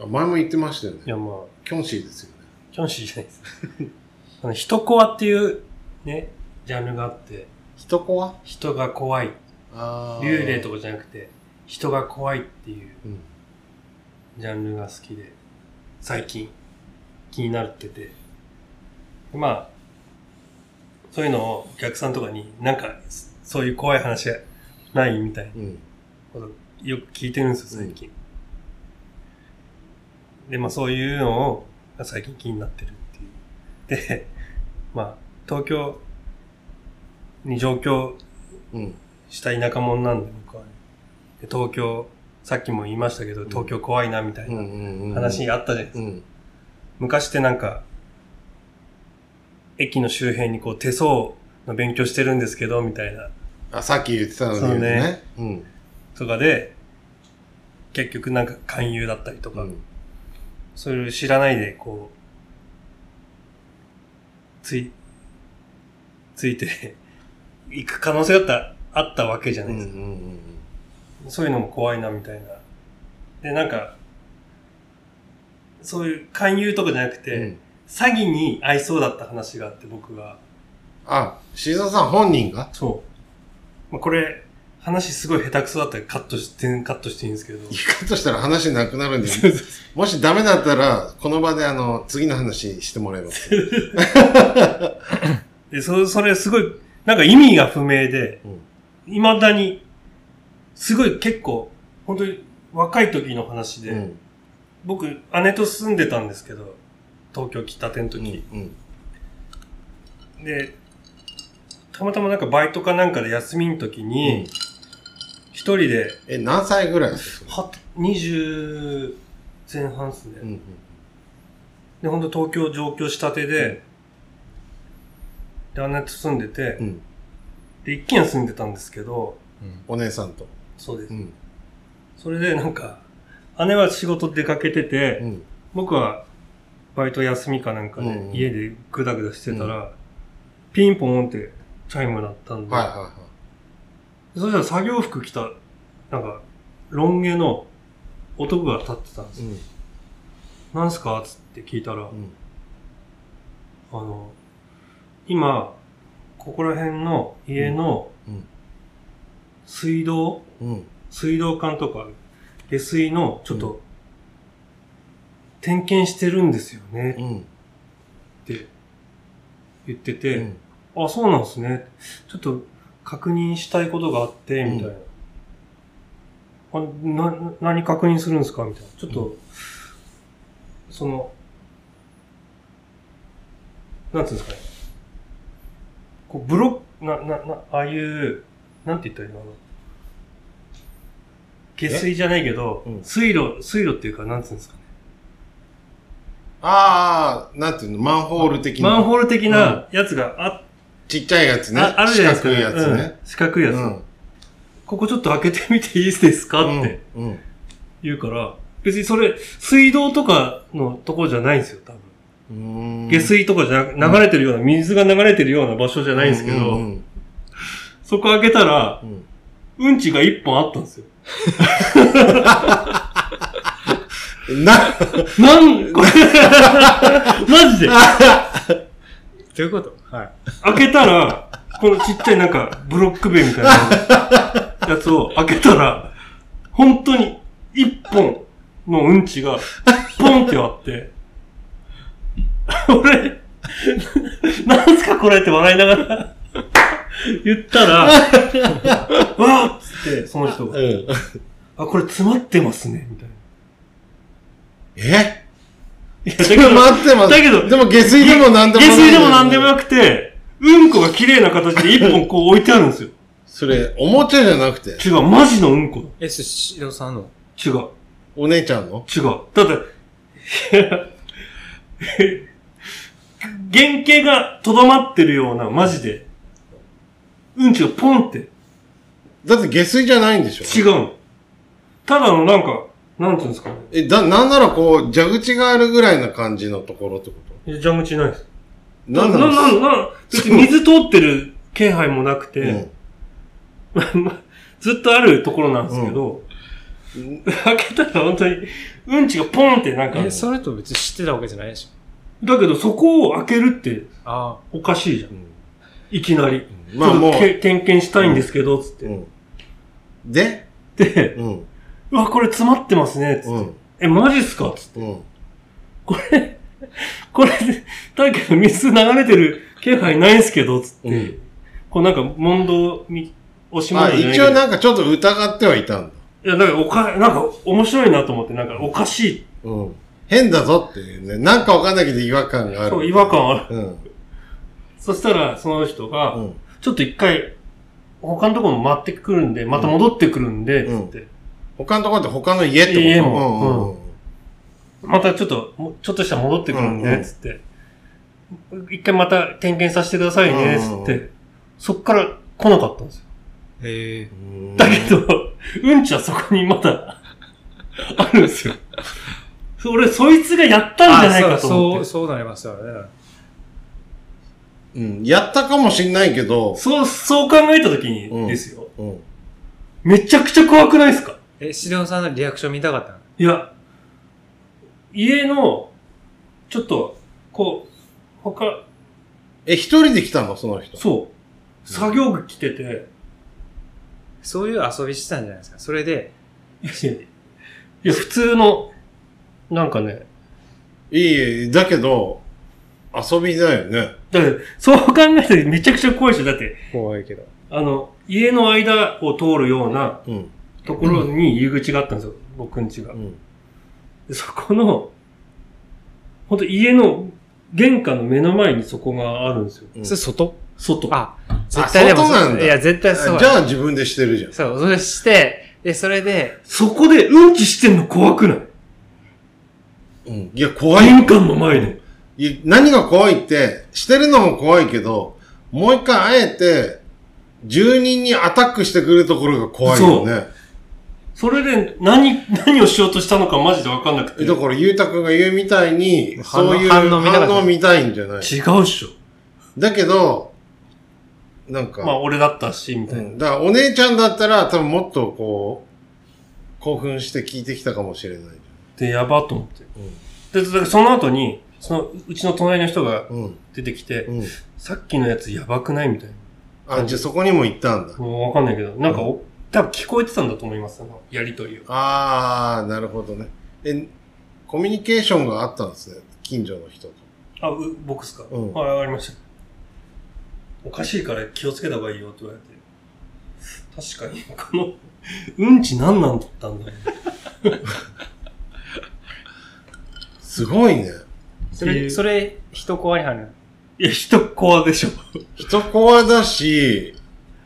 S2: あ前も言ってましたよね
S1: い。や、まあ、
S2: キョンシーですよね。
S1: キョンシーじゃないです。 あの、人怖っていう、ね、ジャンルがあって、
S2: 人コア
S1: 人が怖い。
S2: あ
S1: 幽霊と
S2: か。
S1: かじゃなくて、人が怖いっていう
S2: うん。
S1: ジャンルが好きで、最近気になってて。でまあ、そういうのをお客さんとかになんか、そういう怖い話ないみたいな
S2: うん。
S1: ことよく聞いてるんですよ、最近。で、まあそういうのを最近気になってるっていう。で、まあ、東京に上京
S2: うん。
S1: した田舎者なんで、僕は、ね。で東京さっきも言いましたけど、東京怖いなみたいな話
S2: や。
S1: あったじゃないですか。
S2: うん。
S1: 昔ってなんか、駅の周辺にこう手相の勉強してるんですけど、みたいな、
S2: あ、さっき言ってたのに
S1: そう
S2: ね
S1: ね。
S2: うん。
S1: とかで、結局なんか勧誘だったりと
S2: う
S1: か、
S2: ん。
S1: そういう知らないでこう、つい、ついて 行く可能性だった、あったわけじゃ
S2: う
S1: ない
S2: ん
S1: で
S2: う
S1: すか。
S2: ん
S1: そういうのも怖いな、みたいな。で、なんか、そういう勧誘とかじゃなく
S2: う
S1: て、
S2: んうん。
S1: 詐欺に合いそうだった話があって、僕が。
S2: あ、シーザーさん本人が
S1: そう。まあ、これ、話すごい下手くそだったらカットし、全然カットしていいんですけ ど。
S2: 言い方したら話なくなるんで、もしダメだったら、この場であの、次の話してもら えます。
S1: で、そ、それすごい、なんか意味が不明で、
S2: うん
S1: 未だに、すごい結構、本当に若い時の話で、
S2: うん。
S1: 僕、姉と住んでたんですけど、東京来たての
S2: うん。
S1: 時、
S2: うん。
S1: で、たまたまなんかバイトかなんかで休みの時
S2: うん
S1: に、一人で、
S2: え、何歳ぐらいですか
S1: は、20前半っすね。
S2: うんうん。
S1: で、本当東京上京したてで、で、姉と住んでて
S2: う、ん。
S1: で、一軒家住んでたんですけど、
S2: お姉さんと。
S1: そうです
S2: う。ん。
S1: それでなんか、姉は仕事出かけてて、
S2: うん。
S1: 僕はバイト休みかなんかで、
S2: うんうん
S1: 家でグダグダしてたら、ピンポンってチャイム鳴ったんで、
S2: はいはいはい。
S1: そしたら作業服着た、なんか、ロン毛の男が立ってたんですよ。
S2: うん
S1: なんすかつって聞いたら、
S2: うん
S1: あの、今、ここら辺の家の
S2: うんうん
S1: 水道、
S2: うん
S1: 水道管とか下水のちょっと、点検してるんですよね
S2: うん
S1: って言って
S2: う
S1: て、
S2: ん
S1: あ、そうなんですね。ちょっと確認したいことがあって、みたいな。あな、何確認するんですかみたいな。ちょっと、その、なんていうんですかね。こう、ブロック、な、な、な、ああいう、なんて言ったらいいのかな。下水じゃないけど、
S2: うん
S1: 水路、水路っていうか、なんていうんですかね。
S2: ああ、なんていうの、マンホール的な。
S1: マンホール的なやつがあ,、
S2: ちっちゃいやつね。
S1: ああるじゃないです
S2: 四
S1: か。
S2: 角いやつね。
S1: うん四角いやつ。
S2: うん
S1: ここちょっと開けてみていいですかって
S2: うんうん
S1: 言うから、別にそれ、水道とかのところじゃないんですよ、多分。
S2: うーん
S1: 下水とかじゃな流れてるような、水が流れてるような場所じゃないんですけど、
S2: うんうん
S1: そこ開けたら
S2: う、ん
S1: うんちが一本あったんですよ。
S2: うんな、
S1: なん、これ、 マジで
S3: ということはい。
S1: 開けたら、このちっちゃいなんか、ブロック塀みたいなやつを開けたら、本当に一本のうんちが、ポンって割って、俺、なんすかこれって笑いながら、言ったら、わーっつって、その人が、
S2: うん
S1: あ、これ詰まってますね、みたいな。
S2: え
S1: いや、
S2: ちょっと待ってます。
S1: だけど
S2: でも下水でもなんでもない
S1: 下水でもなんでもなくて、うんこが綺麗な形で一本こう置いてあるんですよ。
S2: それ、おもちゃじゃなくて、
S1: 違う、マジのうんこ。
S3: え、すしろさんの
S1: 違う。
S2: お姉ちゃんの
S1: 違う。だって、原型がとどまってるような、マジで。うんちがポンって
S2: だって下水じゃないんでしょ
S1: 違うの。ただのなんか、なんていうんですかね。
S2: え、だ、なんならこう、蛇口があるぐらいな感じのところってこ
S1: いや蛇口ないです。
S2: となんな
S1: な、
S2: の
S1: な、な、別に水通ってる気配もなくて、 ずっとあるところなんですけど、
S2: うん。
S1: 開けたら本当に、うんちがポンってなんか、
S3: え、それと別に知ってたわけじゃないでし
S1: だけどそこを開けるって
S3: ょ。あ
S1: おかしいじゃん。いきなり。
S2: まあもう
S1: ちょっとけ点検したいんですけど、つって。
S2: うん。で
S1: で、
S2: うん。
S1: うわ、これ詰まってますね、つって。
S2: うん。
S1: え、マジっすかつって
S2: うん。
S1: これ、これ、だけど水流れてる気配ないんすけど、つって。
S2: うん
S1: こうなんか問答み、押し
S2: まあ
S1: 問答じゃない
S2: 一
S1: けど
S2: 応なんかちょっと疑ってはいたんだ。
S1: いや、なんかおか、なんか面白いなと思って、なんかおかしい。
S2: うん。変だぞっていうね。なんかわかんないけど違和感がある。
S1: そう、違和感ある。
S2: うん。
S1: そしたら、その人が、
S2: うん。
S1: ちょっと一回、他のところも回ってくるんで、また戻ってくるんで、
S2: うん
S1: つって。
S2: 他のところって他の家ってこと
S1: 家も
S2: うんうんうん
S1: またちょっと、もうちょっとしたら戻ってくるん
S2: うんう
S1: で、
S2: ん
S1: つって。一回また点検させてくださいね、
S2: う
S1: つ
S2: ん
S1: って。そっから来なかったんですよ。
S3: ええ
S2: うん
S1: だけど、うんちはそこにまだ、あるんですよ。そ俺、そいつがやったんじゃないかと思
S3: そ
S1: って。
S3: う、そうなりますよね。
S2: うん。やったかもしんないけど、
S1: そう、そう考えたときにですよ、
S2: うん。
S1: めちゃくちゃ怖くないですか
S3: え、シドンさんのリアクション見たかったの
S1: いや、家の、ちょっと、こう、他、
S2: え、一人で来たのその人。
S1: そう、作業着着てて、
S3: そういう遊びしてたんじゃないですか。それで、
S1: いやいやいや、普通の、なんかね、
S2: いいえ、だけど、遊びだよね。
S1: だから、そう考えたらめちゃくちゃ怖いでしょ。だって、
S3: 怖いけど。
S1: あの、家の間を通るような
S2: うん。
S1: ところに入り口があったんですよ、僕ん家が
S2: う。ん。
S1: でそこの、ほんと家の玄関の目の前にそこがあるんですよ。
S2: うん
S3: それ外
S1: 外。
S3: あ、絶対でも
S2: 外なんだ
S3: いや、絶対そうや。
S2: じゃあ自分でしてるじゃん。
S3: そう、それして、で、それで、
S1: そこでうんちしてんの怖くない
S2: うん。いや、怖い。
S1: 玄関の前で。
S2: いや何が怖いって、してるのも怖いけど、もう一回あえて、住人にアタックしてくるところが怖いよね。
S1: それで何、何をしようとしたのかマジでわかんなくて。
S2: えだから、ゆうたくんが言うみたいに、
S3: 反応
S2: そういう
S3: 反応見なかった
S2: 反応見たいんじゃない
S1: 違うっしょ。
S2: だけど、なんか、
S1: まあ、俺だったし、みた
S2: う
S1: いな。
S2: ん、だからお姉ちゃんだったら、多分もっとこう、興奮して聞いてきたかもしれない。
S1: で、やばと思って。で、だからその後に、その、うちの隣の人が
S2: うん。うん。
S1: 出てきて、
S2: うん。
S1: さっきのやつやばくないみたい
S2: あ、じゃあそこにも行ったんだ。
S1: な。もうわかんないけど、なんかお、多分聞こえてたんだと思います、あの、やりとりを。
S2: あー、なるほどね。え、コミュニケーションがあったんですね。近所の人と。
S1: あ、う僕っすか、
S2: うん
S1: はい、わかりました。おかしいから気をつけた方がいいよって言われて。確かに、この、うんち何なんだったんだよ。
S2: すごいね。
S3: そ
S1: ってい
S3: れ、
S1: う
S3: それ、人怖いはね。
S1: いや、人怖でしょ。
S2: 人コアだし、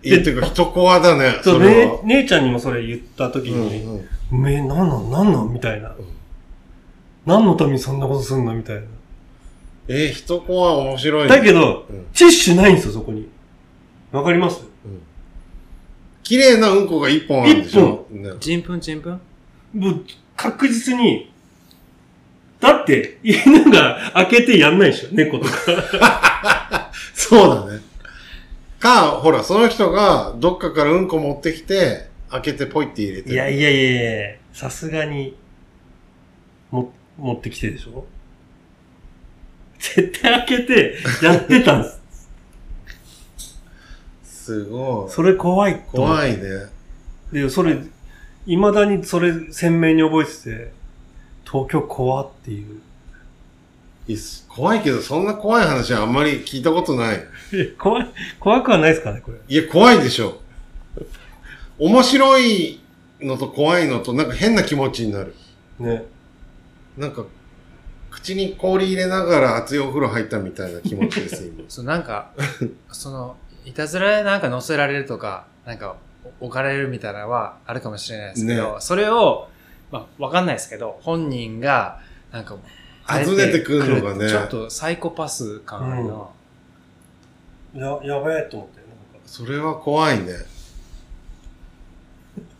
S2: い
S1: で
S2: っていうか人コアだね。
S1: そう、
S2: それは
S1: ね、。姉ちゃんにもそれ言った時
S2: うん
S1: に、
S2: うん
S1: おめえ、なんなん、なんなんみたいな。何のためにそんなことすんのみたいな。
S2: えー、人コア面白いね。
S1: だけど、
S2: うん
S1: ティッシュないんですよ、そこに。わかります
S2: うん綺麗なうんこが一本あるんでしょね
S3: ちんぷんちんぷん。
S1: もう、確実に、だって、犬が開けてやんないでしょ、猫とか。
S2: そうだね。か、ほら、その人がどっかからうんこ持ってきて、開けてポイって入れてる。
S1: いやいやいやいやさすがに、も、持ってきてでしょ絶対開けて、やってたんです。
S2: すご い。
S1: それ怖いと思っ
S2: 怖いね。
S1: て。で、それ、未だにそれ鮮明に覚えてて、東京怖って いう。
S2: いっす怖いけど、そんな怖い話はあんまり聞いたことない。
S1: いや怖い、怖くはないですかね、これ。
S2: いや、怖いでしょ。面白いのと怖いのと、なんか変な気持ちになる。
S1: ね。
S2: なんか、口に氷入れながら熱いお風呂入ったみたいな気持ちです、今
S3: そう、なんか、その、いたずらでなんか乗せられるとか、なんか、お置かれるみたいなのはあるかもしれないですけ
S2: ね
S3: ど、それを、まあ、わかんないですけど、本人が、なんか、
S2: あずねてくるのがね
S3: ちょっとサイコパス感あるな。
S1: や、やばいと思って、なんか。
S2: それは怖いね。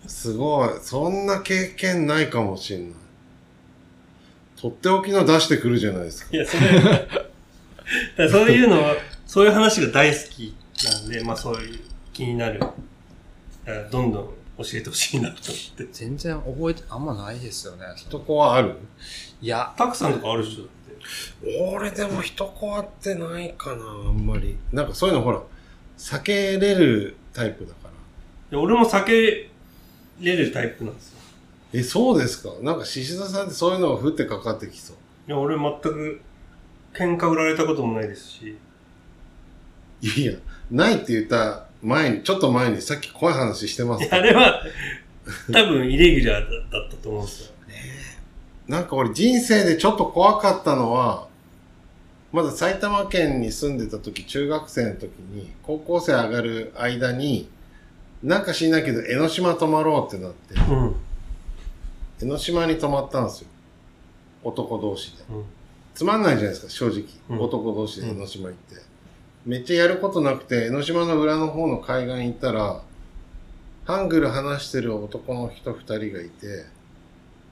S2: すごい。そんな経験ないかもしんない。とっておきの出してくるじゃないですか。
S1: いや、そ れ、だからそういうのは、そういう話が大好きなんで、まあそういう気になる。だからどんどん教えてほしいなと思って。
S3: 全然覚えて、あんまないですよね。
S2: 人コアある
S3: いや、
S1: たくさんとかある人だって。
S2: 俺でも人コアってないかな、あんまり。なんかそういうのほら、避けれるタイプだから。
S1: で俺も避けれるタイプなんですよ。
S2: え、そうですかなんか獅子座さんってそういうのが降ってかかってきそう。
S1: いや、俺全く喧嘩売られたこともないですし、
S2: いや、ないって言った前に、ちょっと前にさっき怖い話してま
S1: い
S2: す
S1: やあれは多分イレギュラーだだったと思うんですよ。
S2: なんか俺人生でちょっと怖かったのは、まだ埼玉県に住んでた時、中学生の時に、高校生上がる間に、なんか知んないけど、江ノ島泊まろうってなって、
S1: うん。
S2: 江ノ島に泊まったんですよ。男同士で。
S1: うん
S2: つまんないじゃないですか、正直。
S1: うん
S2: 男同士で江ノ島行って。めっちゃやることなくて、江ノ島の裏の方の海岸行ったら、ハングル話してる男の人二人がいて、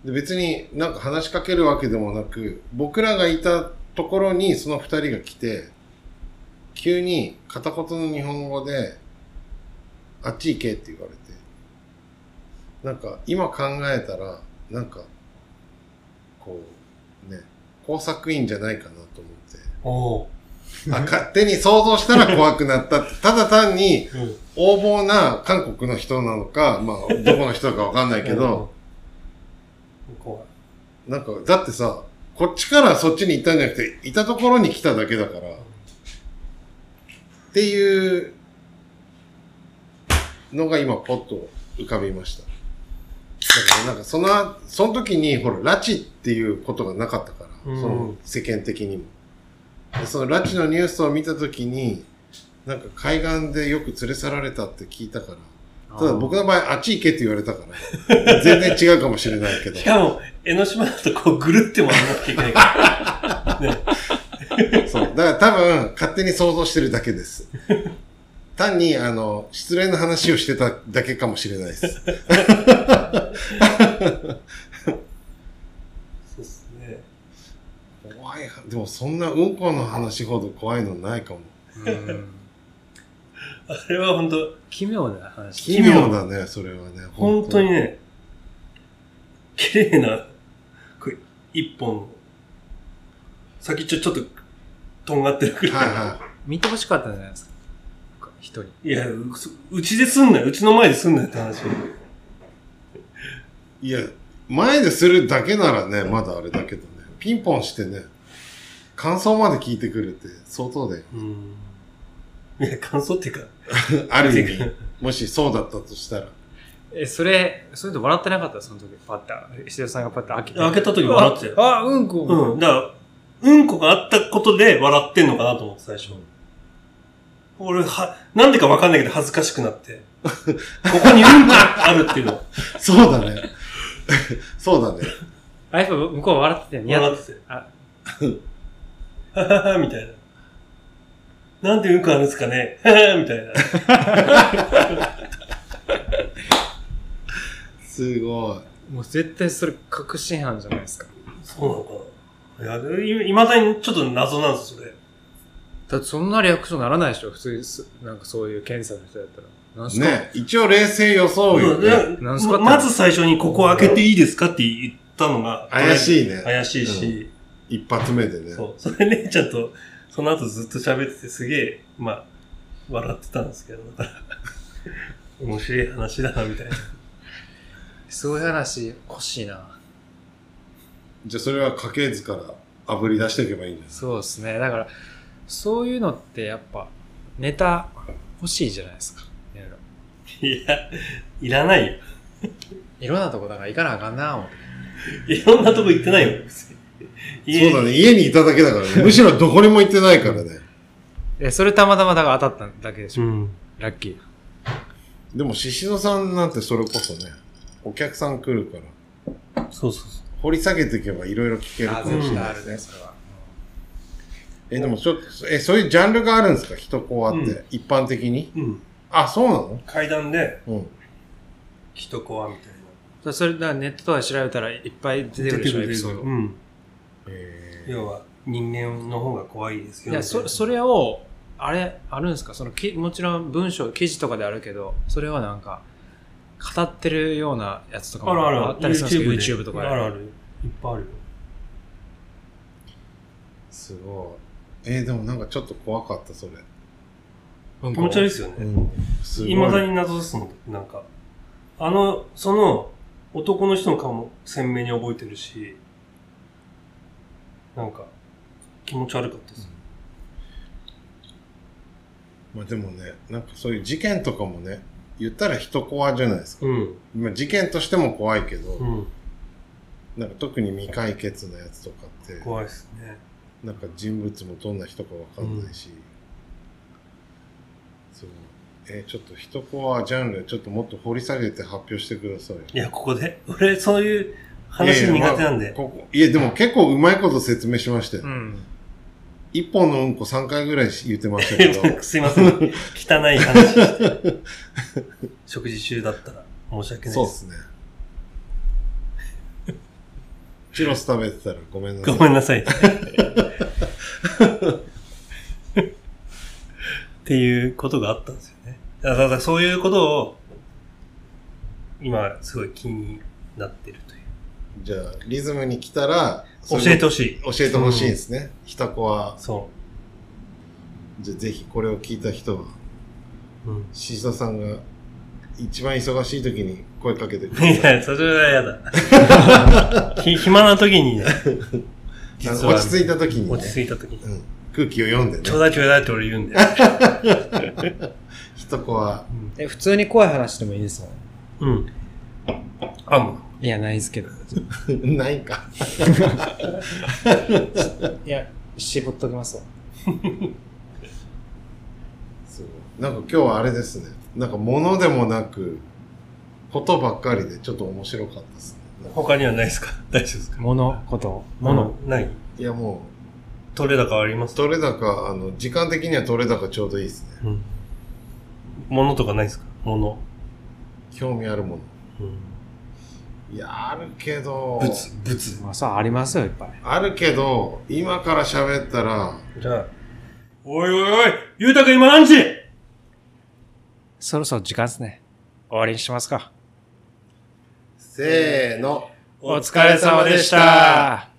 S2: で別になんか話しかけるわけでもなく、僕らがいたところにその二人が来て、急に片言の日本語で、あっち行けって言われて、なんか今考えたら、なんか、こう、ね、工作員じゃないかなと思って。
S1: おー
S2: あ勝手に想像したら怖くなったって。ただ単に、
S1: うん。
S2: 横暴な韓国の人なのか、まあ、どこの人かわかんないけど、
S1: うん。怖い。
S2: なんか、だってさ、こっちからそっちに行ったんじゃなくて、いたところに来ただけだから、っていうのが今、ポッと浮かびました。だから、なんか、その、その時に、ほら、拉致っていうことがなかったから、
S1: うん
S2: その、世間的にも。でその拉致のニュースを見た時に、なんか海岸でよく連れ去られたって聞いたから、ただ僕の場合、あっち行けって言われたから、全然違うかもしれないけど
S1: し、かも、江ノ島だとこうぐるって回らなきゃいけない から。
S2: そう。だから多分、勝手に想像してるだけです。単に、あの、失恋の話をしてただけかもしれないです。
S1: そうですね。
S2: 怖いは、でもそんなうんこの話ほど怖いのないかも。
S3: うん
S1: あれは本当
S3: 奇妙な話。
S2: 奇妙だね、それはね。
S1: 本当に。ね、綺麗な、これ一本、先っちょちょっと、とんがってるく
S2: はい
S1: ら
S2: は
S3: 見てほしかったんじゃないですか。僕一人。
S1: い。いや、うそうちですんなよ。うちの前ですんなよって話。
S2: い。いや、前でするだけならね、まだあれだけどね。ピンポンしてね、感想まで聞いてくるって相当だよ。
S1: うん。いや、感想っていうか、
S2: ある意味、もしそうだったとしたら。
S3: え、それ、それで笑ってなかったその時、パッタ。石田さんがパッタ開けて。
S1: 開けた時笑ってたよ
S3: あ、あうんこ。
S1: うん。だから、うんこがあったことで笑ってんのかなと思って、最初。俺、は、なんでかわかんないけど恥ずかしくな って。ここにうんこがあるっていうの。
S2: そうだね。そうだね。
S3: あ、やっぱ向こう笑ってて、似合
S1: 笑
S3: っ。
S1: っててて。
S3: あ、
S1: はは はみたいな。なんでうんこあるんですかね ははみたいな。
S2: すごい。
S3: もう絶対それ確信犯じゃないですか。
S1: そうなのかな。いや、いまだにちょっと謎なんです、それ。
S3: だってそんなリアクションならないでしょ、普通にす、なんかそういう検査の人だったら。なんすか、
S2: ね、一応冷静装うよね。
S1: うん
S3: なんすか
S1: ままず最初にここ開けていいですかって言ったのが。
S2: 怪しいね。
S1: 怪しいし、
S2: 一発目でね。
S1: そう。それね、ちゃんと、その後ずっと喋っててすげえ、まあ、笑ってたんですけど、だから面白い話だな、みたいな。
S3: そういう話欲しいな。
S2: じゃあそれは家系図から炙り出していけばいいんです。
S3: そうですね。だから、そういうのってやっぱ、ネタ欲しいじゃないですか。いろいろ。
S1: いや、いらないよ。
S3: いろんなとこだから行かなあかんなあ思って。
S1: いろんなとこ行ってないよ。
S2: そうだ
S1: ね。
S2: ね。家にいただけだから ね。むしろどこにも行ってないからね。
S3: え、それたまたまだから当たっただけでし
S1: う
S3: ょ。
S1: ん。
S3: ラッキー。
S2: でも、ししのさんなんてそれこそね、お客さん来るから、
S1: そうそうそ
S2: 掘り下げていけばいろいろ聞けるかもしれ
S1: あ絶対
S2: ない。
S3: るね、それは。
S2: え、でもちょっと、え、そういうジャンルがあるんですか人こうあって、
S1: う
S2: 一般的に。
S1: う。うん。
S2: あ、そうなの
S1: 階段で、
S2: うん。
S1: 人コアみたいな。
S3: うんそれ、だからネットとかで調べたらいっぱい出てくるでしょ、エピソード。
S1: うん。
S2: えー
S1: 要は、人間の方が怖いですよ。
S3: いや、そ、それを、あれ、あるんですかそのき、もちろん文章、記事とかであるけど、それはなんか、語ってるようなやつとかも
S1: あるある。
S3: ったりするんですか
S1: YouTube
S3: ?YouTube とかで
S1: あるある。いっぱいあるよ。
S2: すごい。えーでもなんかちょっと怖かった、それ。
S3: うん
S1: 気
S3: こ
S1: 持ち悪いですよね。
S2: うん。すごい。
S1: いまだに謎ですもん、なんか。あの、その、男の人の顔も鮮明に覚えてるし、なんか、気持ち悪かったです。
S2: まあでもね、なんかそういう事件とかもね、言ったら人怖じゃないですか。
S1: うん。
S2: まあ事件としても怖いけど、
S1: うん。
S2: なんか特に未解決のやつとかって、
S1: 怖いですね。
S2: なんか人物もどんな人かわかんないし、そう。えーちょっと人怖ジャンル、ちょっともっと掘り下げて発表してください。
S1: いや、ここで、俺、そういう、話苦手なん
S2: いやいや
S1: で。
S2: ここいや、でも結構うまいこと説明しましたよ
S3: う。ん。
S2: 一、本のうんこ3回ぐらい言ってましたけ ど。
S1: すいません。汚い話して。 食事中だったら申し訳ない
S2: そう
S1: で。
S2: ですすね。チュロス食べてたらごめんなさい。
S1: ごめんなさい。っていうことがあったんですよね。だからだからそういうことを、今すごい気になってるという。
S2: じゃあ、リズムに来たら、
S1: 教えて
S2: 教
S1: ほしい。
S2: えてほしいんですね。ひたこは、
S1: そ
S2: じゃあぜひこれを聞いた人は、
S1: う。うん。
S2: シーサさんが一番忙しい時に声かけてく
S1: い
S2: れた。
S1: や、それは嫌 だ。ひ暇な時にね。
S2: あ
S1: 実
S2: の
S1: は
S2: 落ち着いた時に、ね、
S1: 落ち着いた時に。
S2: うん、空気を読んで
S1: ちょう
S2: ね。
S1: だいちょうだいって俺言うんだよ。
S2: ひたこは、
S3: え、普通に怖い話でもいいですよね。
S1: うん。あ、もう。
S3: いや、ないですけど。
S2: ないか。
S3: いや、絞っときますわ。
S2: そうなんか今日はあれですね。なんか物でもなく、ことばっかりでちょっと面白かったですね。
S1: 他にはないですか 大丈夫ですか
S3: 物、こと、
S1: 物
S3: 物。、
S1: ない
S2: いやも
S1: 取れ高ありま
S2: う、
S1: す
S2: 取れ高、あの、時間的には取れ高ちょうどいいですね。
S1: うん。物とかないですか物。
S2: 興味あるもの。
S1: うん。
S2: いや、あるけど、
S1: 物、物。
S3: まあ、そう、ありますよ、いっぱい。
S2: あるけど、今から喋ったら、
S1: じゃあ、おいおいおいゆうたくん今何時
S3: そろそろ時間ですね。終わりにしますか。
S2: せーの。
S1: お
S2: 疲れ様でした。